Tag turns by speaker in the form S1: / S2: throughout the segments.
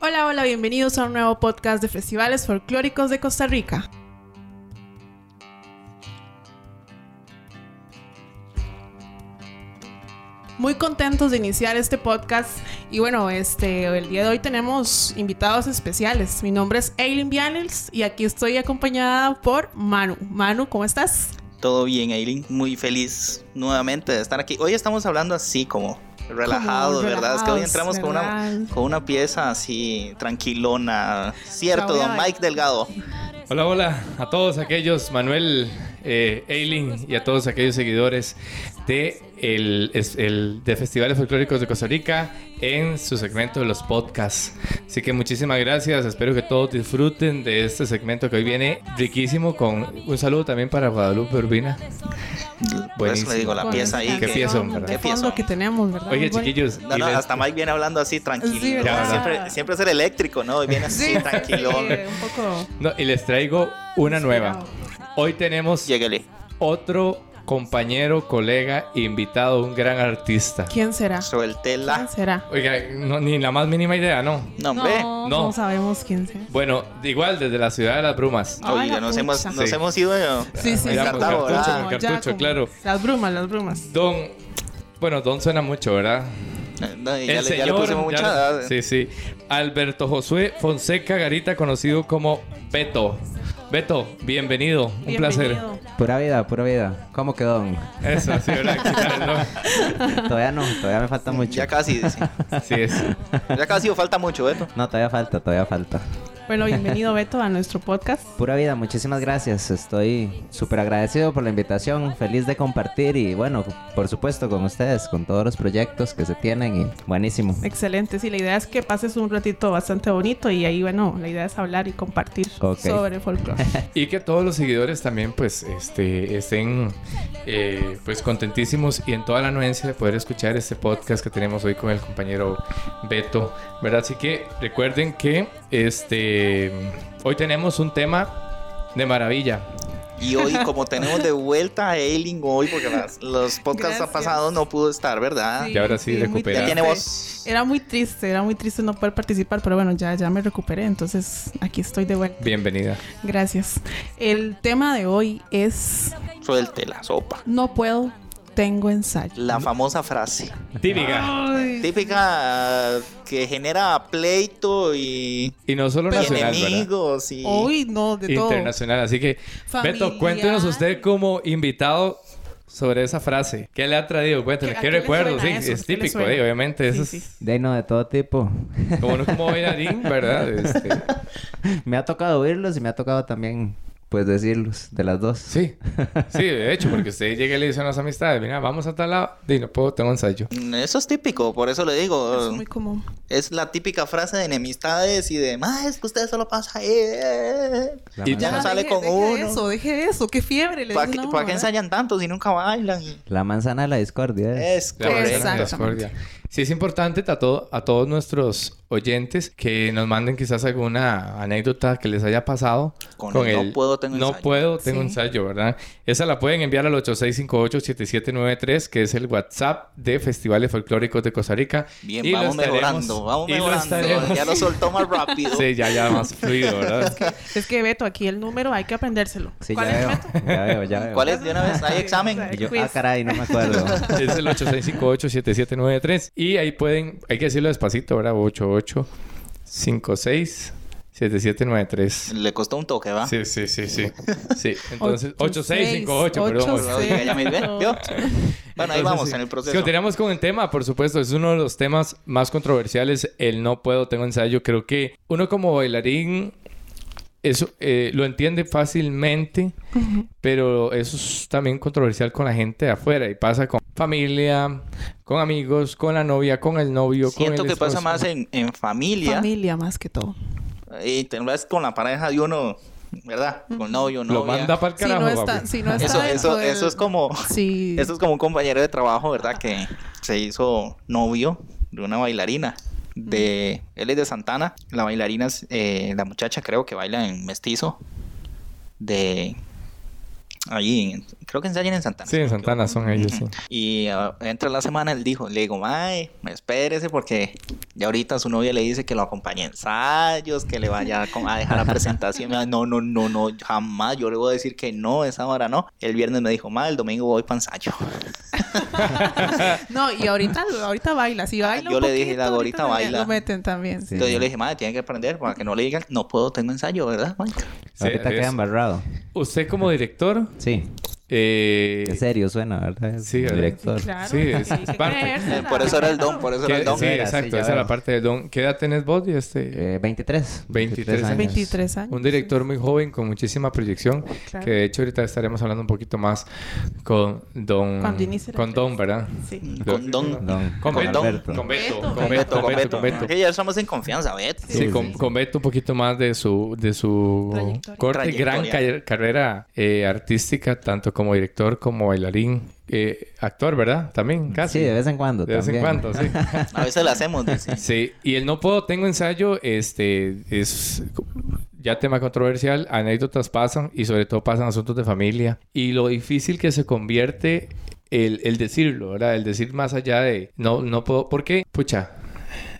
S1: Hola, hola, bienvenidos a un nuevo podcast de festivales folclóricos de Costa Rica. Muy contentos de iniciar este podcast y bueno, este, el día de hoy tenemos invitados especiales. Mi nombre es Eileen Vianels y aquí estoy acompañada por Manu. Manu, ¿cómo estás?
S2: Todo bien, Aileen. Muy feliz nuevamente de estar aquí. Hoy estamos hablando así como relajados,
S1: Como
S2: ¿verdad? Es que hoy
S1: relajados,
S2: entramos con una,
S1: ¿verdad?
S2: con una pieza así tranquilona. Cierto,
S1: La voy a
S2: don
S1: bailar.
S2: Mike Delgado.
S3: Hola, hola a todos aquellos, Manuel, eh, Eileen y a todos aquellos seguidores de, el, es- el- de Festivales Folclóricos de Costa Rica en su segmento de los podcasts. Así que muchísimas gracias, espero que todos disfruten de este segmento que hoy viene riquísimo con un saludo también para Guadalupe Urbina.
S2: Por eso
S3: Buenísimo.
S2: le digo la
S1: Con
S2: pieza ahí.
S1: esta
S3: Qué
S2: que-
S3: pieza,
S1: canción
S3: ¿verdad?
S1: de
S2: Qué pieza.
S1: fondo que tenemos, ¿verdad?
S3: Oye,
S1: Muy bonita.
S3: chiquillos,
S2: No,
S3: y
S2: no,
S3: les-
S2: hasta Mike viene hablando así tranquilo.
S1: Sí,
S2: ¿verdad?
S3: ¿verdad?
S2: siempre, siempre es el eléctrico, ¿no? Y Viene así tranquilón.
S1: eh, un poco
S3: no, y les traigo una nueva. Hoy tenemos
S2: Lléguele.
S3: otro compañero, colega, invitado, un gran artista.
S1: ¿Quién será? ¿Quién
S2: Suéltela.
S1: será?
S3: Oiga, no, ni la más mínima idea, ¿no?
S2: No, hombre.
S1: No,
S3: No.
S1: no sabemos quién será.
S3: Bueno, igual desde la ciudad de las brumas.
S1: Ah,
S2: Oye,
S1: la
S2: nos hemos,
S1: pucha.
S2: nos
S3: Sí.
S2: hemos ido. eh,
S1: Sí, sí,
S2: Ya,
S1: sí.
S2: con cartucho,
S1: Ya,
S3: con
S1: ya,
S3: pues, cartucho,
S1: con-
S3: claro.
S1: Las brumas, las brumas.
S3: Don, bueno, Don suena mucho, ¿verdad?
S2: no, y ya, le,
S3: El
S2: ya le
S3: señor,
S2: pusimos mucha
S3: ya le-
S2: edad. ¿eh?
S3: Sí, sí. Alberto Josué Fonseca Garita, conocido como Beto. Beto, bienvenido. Un placer.
S1: Bienvenido.
S4: Pura vida, pura vida. ¿Cómo quedó? don?
S3: Eso, sí, ¿verdad?
S4: Todavía no, todavía me falta mucho.
S2: Ya casi, sí.
S3: Así es.
S2: ya casi o falta mucho, ¿eh?
S4: No, todavía falta, todavía falta.
S1: Bueno, bienvenido Beto a nuestro podcast.
S4: Pura vida, muchísimas gracias. Estoy súper agradecido por la invitación, feliz de compartir y bueno, por supuesto con ustedes, con todos los proyectos que se tienen y buenísimo.
S1: Excelente, sí, la idea es que pases un ratito bastante bonito y ahí, bueno, la idea es hablar y compartir
S4: Ok.
S1: sobre folclore.
S3: Y que todos los seguidores también pues este, estén eh, pues contentísimos y en toda la anuencia de poder escuchar este podcast que tenemos hoy con el compañero Beto, ¿verdad? Así que recuerden que este, hoy tenemos un tema de maravilla.
S2: Y hoy, como tenemos de vuelta a Eileen hoy, porque las- los podcasts
S1: Gracias.
S2: han pasado, no pudo estar, ¿verdad?
S3: Y ahora sí
S1: es muy
S3: recupera.
S2: Ah. Ya
S3: Pero-
S2: tiene
S1: triste.
S2: voz.
S1: Era muy triste, era muy triste no poder participar, pero bueno, ya, ya me recuperé, entonces aquí estoy de vuelta.
S3: Bienvenida.
S1: Gracias. El tema de hoy es
S2: Suelte la sopa.
S1: No puedo, tengo ensayo.
S2: La famosa frase.
S3: Típica.
S1: Ay,
S2: Típica que genera pleito y,
S3: Y no solo
S2: y
S3: nacional, ¿verdad?
S2: enemigos y
S1: Uy, no, de todo.
S3: Internacional. Así que, Beto,
S1: Familiar.
S3: cuéntenos usted como invitado sobre esa frase. ¿Qué le ha traído? Cuéntenos.
S1: ¿Qué- a
S3: ¿Qué,
S1: qué le
S3: recuerdos? Sí,
S1: suena eso?
S3: es
S1: ¿Qué le
S3: típico,
S1: suena?
S3: eh, obviamente.
S1: Sí,
S3: eso
S1: sí.
S3: es-
S4: De ahí no, de todo tipo.
S3: Como uno es como bailarín, ¿verdad? Este,
S4: me ha tocado oírlos y me ha tocado también, pues, decirlos, de las dos.
S3: sí, sí, de hecho, porque usted llega y le dice a las amistades, mira, vamos a tal lado, y no puedo, tengo ensayo.
S2: Eso es típico, por eso le digo.
S1: Eso es muy común.
S2: Es la típica frase de enemistades y de, más es que ustedes solo pasa ahí.
S4: La
S3: Y
S4: mala-
S2: Ya no
S1: Ya,
S2: sale
S1: deje-
S2: con
S1: deje
S2: uno.
S1: eso, deje eso, qué fiebre. le
S2: ¿Para
S1: dicen
S2: qué,
S1: a uno,
S2: pa' qué
S1: ¿verdad?
S2: ensayan tanto si nunca bailan? Y-
S4: La manzana de la discordia. ¿eh?
S2: Es
S3: La
S2: correcto.
S3: manzana de la
S1: Exactamente.
S3: discordia. Sí, es importante a, todo- a todos nuestros oyentes que nos manden quizás alguna anécdota que les haya pasado
S2: Con el no puedo, tengo
S3: no
S2: ensayo.
S3: puedo, tengo
S1: Sí.
S3: ensayo, ¿verdad? Esa la pueden enviar al 8658-7793, que es el WhatsApp de Festivales Folclóricos de Costa Rica.
S2: Bien,
S3: Y lo
S2: vamos
S3: estaremos-
S2: mejorando, vamos
S3: y lo
S2: mejorando.
S3: estaremos-
S2: Ya lo soltó más rápido.
S3: Sí, ya, ya más fluido, ¿verdad?
S1: Es que Beto, aquí el número hay que aprendérselo.
S4: Sí, ya
S1: ¿Cuál es el
S4: veo,
S1: Beto?
S4: ya veo, ya veo.
S2: ¿Cuál es? De una vez, hay
S4: Y
S2: examen.
S4: yo,
S1: Quiz.
S4: ah, caray, no me acuerdo.
S3: Es el 8658-7793. Y ahí pueden, hay que decirlo despacito, ¿verdad? 8856-7793.
S2: Le costó un toque, ¿va?
S3: Sí, sí, sí, sí. Sí, entonces,
S1: 86,
S3: 8658, perdón.
S2: Pero Pues, ya- ya me- ¿vio? Bueno, ahí
S3: Entonces,
S2: vamos
S3: sí.
S2: en el proceso.
S3: Continuamos con el tema, por supuesto. Es uno de los temas más controversiales. El no puedo, tengo ensayo. Creo que uno como bailarín eso eh, lo entiende fácilmente, pero eso es también controversial con la gente de afuera. Y pasa con familia, con amigos, con la novia, con el novio,
S2: Siento
S3: con el
S2: que pasa
S3: esposo.
S2: más en, en familia.
S1: Familia más que todo.
S2: Y te vas con la pareja de uno, ¿verdad? Con novio, novia.
S3: Lo manda para el
S1: Si
S3: carajo.
S1: no está,
S3: papi.
S1: si no está
S2: Eso,
S1: dentro
S2: eso,
S1: del-
S2: eso es como...
S1: Sí.
S2: Eso es como un compañero de trabajo, ¿verdad? Que se hizo novio de una bailarina. De, él es de Santana. La bailarina es eh, la muchacha, creo que baila en mestizo. De ahí, en- creo que ensayan en Santana.
S3: Sí, en Santana son ellos, sí.
S2: Y ah, entre la semana él dijo, le digo, mae, espérese porque ya ahorita su novia le dice que lo acompañe a ensayos, que le vaya con- a dejar la presentación. Me dice, No, no, no, no, jamás. Yo le voy a decir que no, esa hora no. El viernes me dijo, mae, el domingo voy para ensayo.
S1: No, y ahorita, ahorita baila. Si baila
S2: Ah, Yo
S1: un
S2: le dije,
S1: poquito,
S2: la gorita
S1: también
S2: baila.
S1: Lo meten también.
S4: Sí.
S2: Entonces yo le dije, mae, tiene que aprender para que no le digan, no puedo, tengo ensayo, ¿verdad, mae?
S3: Sí,
S4: Ahorita
S3: es-
S4: queda embarrado.
S3: Usted como director,
S4: Sí.
S3: eh,
S4: En serio suena, ¿verdad?
S3: Sí, ¿verdad?
S4: director.
S1: Claro.
S3: Sí, es-
S1: hay
S3: es
S1: que
S3: parte.
S1: creérsela.
S2: Eh, Por eso era el don, por eso
S3: ¿qué-
S2: era el don.
S3: sí,
S4: Era, sí,
S3: exacto,
S4: ya
S3: esa es
S4: veo.
S3: la parte del don. ¿Qué edad tenés vos? Y este,
S4: Eh, 23.
S3: 23 años.
S1: 23 años.
S3: un director muy joven con muchísima proyección,
S1: Claro.
S3: que de hecho ahorita estaremos hablando un poquito más con don,
S1: Cuando inicie la
S3: con don, ¿verdad?
S1: Sí.
S2: Con don.
S4: Don-
S3: Con
S2: Con
S3: Beto,
S4: Alberto.
S3: con Beto,
S1: Beto,
S3: con Beto, con Beto, con Beto.
S2: Que ya estamos en confianza, Beto.
S3: Sí, con, con Beto un poquito más de su, de su
S1: Trayectoria.
S3: corte, gran
S2: Trayectoria.
S3: ca- carrera eh, artística, tanto como director como bailarín, eh, actor, ¿verdad? También, casi.
S4: Sí, de vez en cuando.
S3: De vez en
S4: también.
S3: cuando, sí.
S2: A veces la hacemos, dice.
S3: Sí, y el no puedo, tengo ensayo, este, es ya tema controversial, anécdotas pasan y sobre todo pasan asuntos de familia y lo difícil que se convierte el, el decirlo, ¿verdad? El decir más allá de, no, no puedo, ¿por qué? Pucha.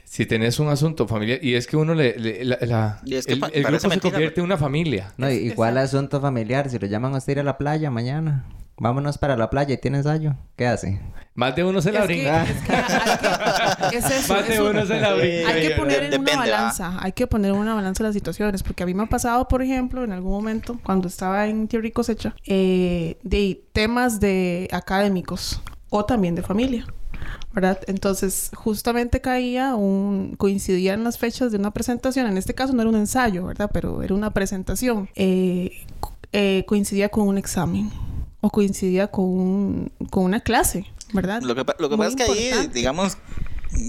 S3: Si tenés un asunto familiar, y es que uno le. le- la- la-
S2: Y es que
S3: el,
S2: pa-
S3: el grupo
S2: parece
S3: se
S2: mentira,
S3: convierte en una familia.
S4: No, i- igual asunto familiar. Si lo llaman a usted ir a la playa mañana. Vámonos para la playa y tiene ensayo. ¿Qué hace?
S3: Más de uno se
S1: Es
S3: la
S1: que-
S3: brinca.
S1: es que hay que- es eso,
S3: Más
S1: es
S3: de
S1: un-
S3: uno se la brinca.
S1: Hay que
S2: Oye,
S1: poner en
S2: Eh, depende,
S1: una
S2: ¿verdad?
S1: balanza, hay que poner en una balanza las situaciones, porque a mí me ha pasado, por ejemplo, en algún momento, cuando estaba en Teoría y Cosecha, eh, de temas de académicos o también de familia. ¿Verdad? Entonces, justamente caía un... coincidían las fechas de una presentación. En este caso no era un ensayo, ¿verdad? Pero era una presentación. Eh, co- eh, coincidía con un examen o coincidía con, un- con una clase, ¿verdad?
S2: Lo que, pa- lo que
S1: Muy
S2: pasa es que ahí,
S1: importante.
S2: digamos,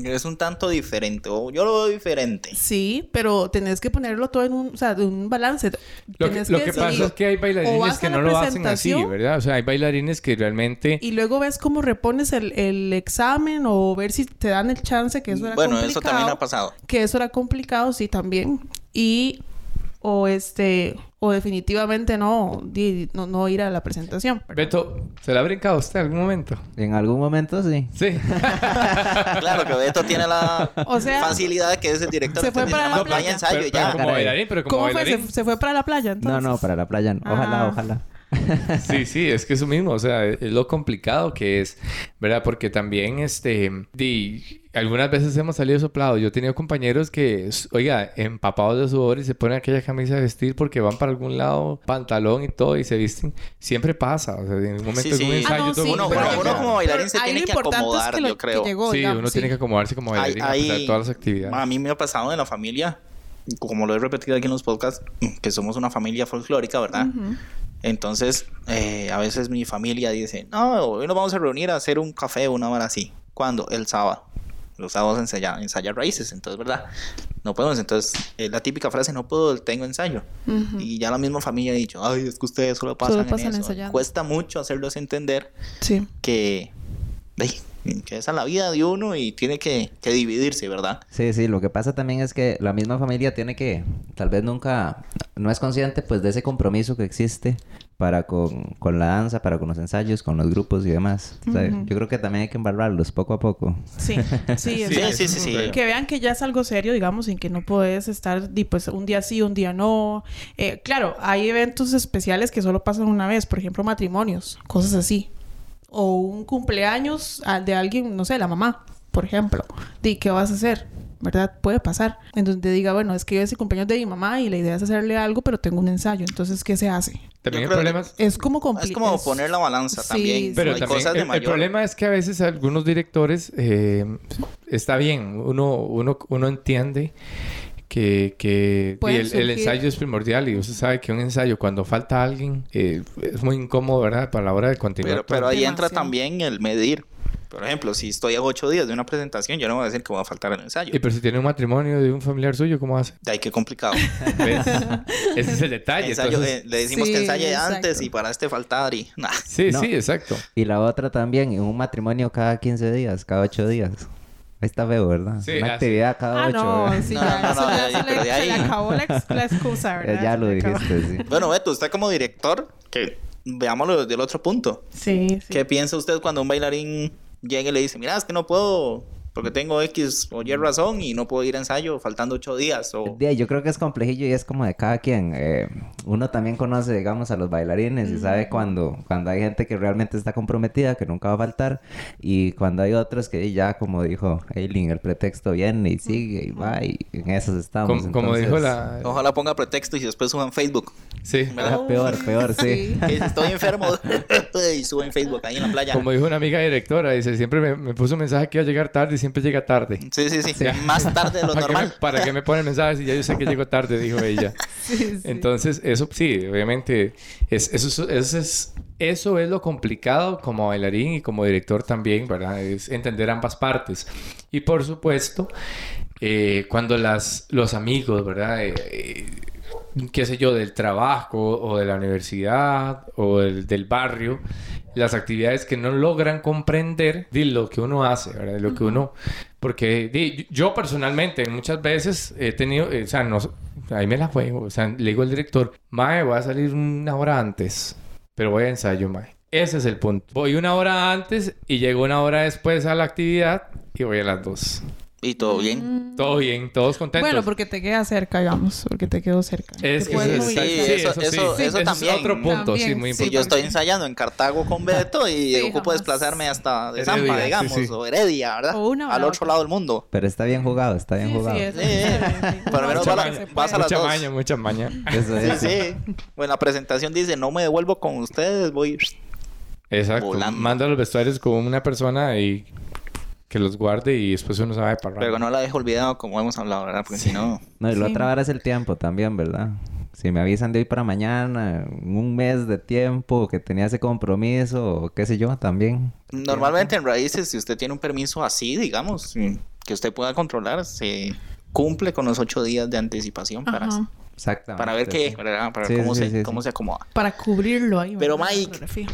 S2: es un tanto diferente. o yo lo veo diferente.
S1: Sí, pero tenés que ponerlo todo en un, o sea, en un balance.
S3: Lo que,
S1: Tenés
S3: lo que
S1: decidir.
S3: pasa es que hay
S1: O
S3: bailarines
S1: vas
S3: que
S1: a la
S3: no lo hacen así,
S1: presentación
S3: ¿verdad? O sea, hay bailarines que realmente.
S1: Y luego ves cómo repones el, el examen o ver si te dan el chance, que eso era
S2: bueno,
S1: complicado.
S2: eso también ha pasado.
S1: Que eso era complicado, sí, también. Y, o este, o definitivamente no, di- no, no ir a la presentación. ¿verdad?
S3: Beto, ¿se la ha brincado usted en algún momento?
S4: En algún momento sí.
S3: Sí.
S2: Claro que Beto tiene la
S1: O sea,
S2: facilidad que es el director.
S1: se fue
S2: entonces,
S1: para la
S2: no, no hay
S1: playa.
S2: ensayo
S3: pero,
S2: ya.
S3: pero como
S4: Caray.
S3: bailarín, pero como
S1: ¿Cómo fue?
S3: bailarín.
S1: ¿Se, se fue para la playa
S4: No,
S1: entonces?
S4: no, para la playa. no. Ojalá,
S1: Ah.
S4: ojalá.
S3: Sí, sí, es que eso mismo, o sea, es lo complicado que es, ¿verdad? Porque también, este, di, algunas veces hemos salido soplados. Yo he tenido compañeros que, s- oiga, empapados de sudor y se ponen aquella camisa de vestir porque van para algún lado, pantalón y todo, y se visten. Siempre pasa, o sea, en algún momento
S2: Sí,
S3: en
S2: sí.
S3: un
S2: Ah,
S3: ensayo...
S1: no,
S3: todo el
S1: sí,
S3: mundo
S2: Uno-
S3: está
S2: uno-
S1: pero-
S2: uno
S3: cambiado.
S2: como bailarín se
S1: ahí
S2: tiene
S1: lo
S2: que
S1: importante es
S2: acomodar,
S1: lo-
S2: yo creo.
S1: llegó,
S3: Sí,
S1: digamos,
S3: uno
S1: sí.
S3: tiene que acomodarse como bailarín a
S2: Hay-
S3: pesar de
S2: hay-
S3: todas las actividades.
S2: A mí me ha pasado en la familia, como lo he repetido aquí en los podcasts, que somos una familia folclórica, ¿verdad? Entonces, eh, a veces mi familia dice, no, hoy nos vamos a reunir a hacer un café una hora así. ¿Cuándo? El sábado. Los sábados ensaya, ensaya raíces, entonces, ¿verdad? No podemos, entonces, eh, la típica frase, no puedo, tengo ensayo.
S1: Ujú.
S2: Y ya la misma familia ha dicho, ay, es que ustedes solo pasan,
S1: pasan
S2: en eso.
S1: ensayando.
S2: Cuesta mucho hacerlos entender
S1: Sí.
S2: que, ey, que esa es la vida de uno y tiene que, que dividirse, ¿verdad?
S4: Sí, sí, lo que pasa también es que la misma familia tiene que, tal vez nunca, no es consciente pues de ese compromiso que existe para con, con la danza, para con los ensayos, con los grupos y demás. O sea,
S1: Ujú.
S4: Yo creo que también hay que embarrarlos poco a poco.
S1: Sí, sí,
S2: Sí,
S1: exacto.
S2: sí, sí, sí.
S1: Que vean que ya es algo serio, digamos, en que no puedes estar di, pues, un día sí, un día no. Eh, claro, hay eventos especiales que solo pasan una vez, por ejemplo, matrimonios, cosas así. O un cumpleaños ah, de alguien, no sé, la mamá, por ejemplo. Di, ¿qué vas a hacer? ¿Verdad? Puede pasar. En donde diga, bueno, es que yo ese cumpleaños de mi mamá y la idea es hacerle algo, pero tengo un ensayo. Entonces, ¿qué se hace?
S3: También
S2: Yo
S3: hay
S2: creo que-
S3: problemas...
S1: Es como complicado.
S2: Es como poner la balanza
S1: Sí,
S2: también.
S3: Pero
S2: hay
S3: también
S2: cosas de
S3: el, el
S2: mayor.
S3: problema es que a veces algunos directores eh, está bien, uno, uno, uno entiende que, que y
S1: Pueden
S3: el, el
S1: surgir.
S3: ensayo es primordial y usted sabe que un ensayo cuando falta alguien eh, es muy incómodo, ¿verdad? Para la hora de continuar.
S2: Pero,
S3: todo.
S2: pero ahí entra
S1: Demasiado.
S2: también el medir. Por ejemplo, si estoy a ocho días de una presentación, yo no voy a decir que voy a faltar el ensayo.
S3: Y pero si tiene un matrimonio de un familiar suyo, ¿cómo hace?
S2: De ahí que complicado.
S3: ¿Ves? Ese es el detalle.
S2: Ensayo, eh,
S3: entonces-
S2: le decimos
S1: Sí,
S2: que ensaye
S1: exacto.
S2: antes y para este faltar y nada.
S3: Sí,
S4: No.
S3: sí, exacto.
S4: Y la otra también, en un matrimonio cada 15 días, cada 8 días. Ahí está feo, ¿verdad?
S3: Sí,
S4: Una
S3: así.
S4: actividad cada
S1: Ah,
S4: 8.
S1: no, sí,
S2: No,
S1: ya,
S2: no,
S1: eso
S2: no,
S1: ya
S2: ya,
S1: se, le,
S2: pero de
S1: se le
S2: ahí-
S1: acabó la, ex- la excusa, ¿verdad?
S4: ya lo
S1: Se le acabó.
S4: dijiste, sí.
S2: Bueno, Beto, usted como director, que veámoslo desde el otro punto.
S1: Sí, sí.
S2: ¿Qué piensa usted cuando un bailarín llega y le dice, mira, es que no puedo, porque tengo X o Y razón y no puedo ir a ensayo faltando ocho días? O...
S4: De ahí, yo creo que es complejillo y es como de cada quien. Eh, uno también conoce, digamos, a los bailarines y sabe cuando, cuando hay gente que realmente está comprometida, que nunca va a faltar, y cuando hay otros que ya, como dijo Eileen, el pretexto viene y sigue y va, y en esas estamos.
S3: Como, como dijo la...
S4: entonces,
S2: Ojalá ponga pretexto y después suban Facebook.
S3: Sí.
S4: ah, Peor, peor, sí.
S2: Que dice, Estoy enfermo. y suben Facebook ahí en la playa.
S3: Como dijo una amiga directora, dice, siempre me, me puso un mensaje que iba a llegar tarde y siempre llega tarde.
S2: Sí, sí, sí. Más tarde de lo
S3: Ah, ¿Para qué, me,
S2: normal.
S3: ¿Para qué me ponen mensajes si ya yo sé que llego tarde? Dijo ella. Entonces, eso sí, obviamente, es, eso, es- eso es, eso es lo complicado como bailarín y como director también, ¿verdad? Es entender ambas partes. Y por supuesto, eh, cuando las, los amigos, ¿verdad? Eh, eh, qué sé yo, del trabajo o de la universidad o del, del barrio, las actividades que no logran comprender de lo que uno hace, ¿verdad? De Lo que uno... Porque di, yo personalmente muchas veces he tenido, eh, o sea, no, ahí me la juego, o sea, le digo al director, Mae, voy a salir una hora antes, pero voy a ensayo, Mae. Ese es el punto. Voy una hora antes y llego una hora después a la actividad y voy a las dos.
S2: Y todo
S1: Mm,
S2: bien.
S3: Todo bien, todos contentos.
S1: Bueno, porque te queda cerca, digamos, porque te quedó cerca.
S3: Es que
S1: Fue
S2: sí,
S1: muy-
S2: sí, eso- eso- eso
S3: es
S2: también.
S3: otro punto, sí,
S1: También,
S3: muy
S2: Sí,
S3: importante.
S2: yo estoy ensayando en Cartago con Beto y
S1: Sí,
S2: ocupo
S1: jamás.
S2: desplazarme hasta de
S3: Heredia,
S2: Zampa,
S3: sí,
S2: digamos,
S3: sí.
S2: o Heredia, ¿verdad?
S1: O una o
S2: Al
S1: la
S2: otro
S1: otra.
S2: lado del mundo.
S4: Pero está bien jugado, está bien
S1: Sí,
S4: jugado.
S1: sí,
S4: eso.
S1: eso
S2: Sí,
S1: sí,
S2: sí.
S1: sí.
S2: Por lo
S1: No,
S2: menos
S1: se
S2: va la-
S1: puede.
S2: vas a la- las
S3: mucha
S2: dos.
S3: maña, mucha maña.
S2: Sí,
S4: es.
S2: sí. Bueno, la presentación dice, no me devuelvo con ustedes, voy...
S3: Exacto.
S2: Volando.
S3: Manda los vestuarios con una persona y que los guarde y después uno sabe para
S2: Pero no la dejo olvidado como hemos hablado, ¿verdad? Porque si no...
S4: No, y la
S1: Sí.
S4: otra hora es el tiempo también, ¿verdad? Si me avisan de hoy para mañana, un mes de tiempo, que tenía ese compromiso, o qué sé yo, también.
S2: Normalmente en raíces, si usted tiene un permiso así, digamos, que usted pueda controlar, se cumple con los ocho días de anticipación para,
S1: Ajá.
S4: Exactamente.
S2: para ver qué, ¿verdad? Para
S4: Ah, Sí,
S2: ver cómo,
S4: sí,
S2: se,
S4: sí, sí.
S2: cómo se acomoda.
S1: Para cubrirlo ahí.
S2: Pero,
S1: ¿verdad? La
S2: Mike,
S1: fotografía.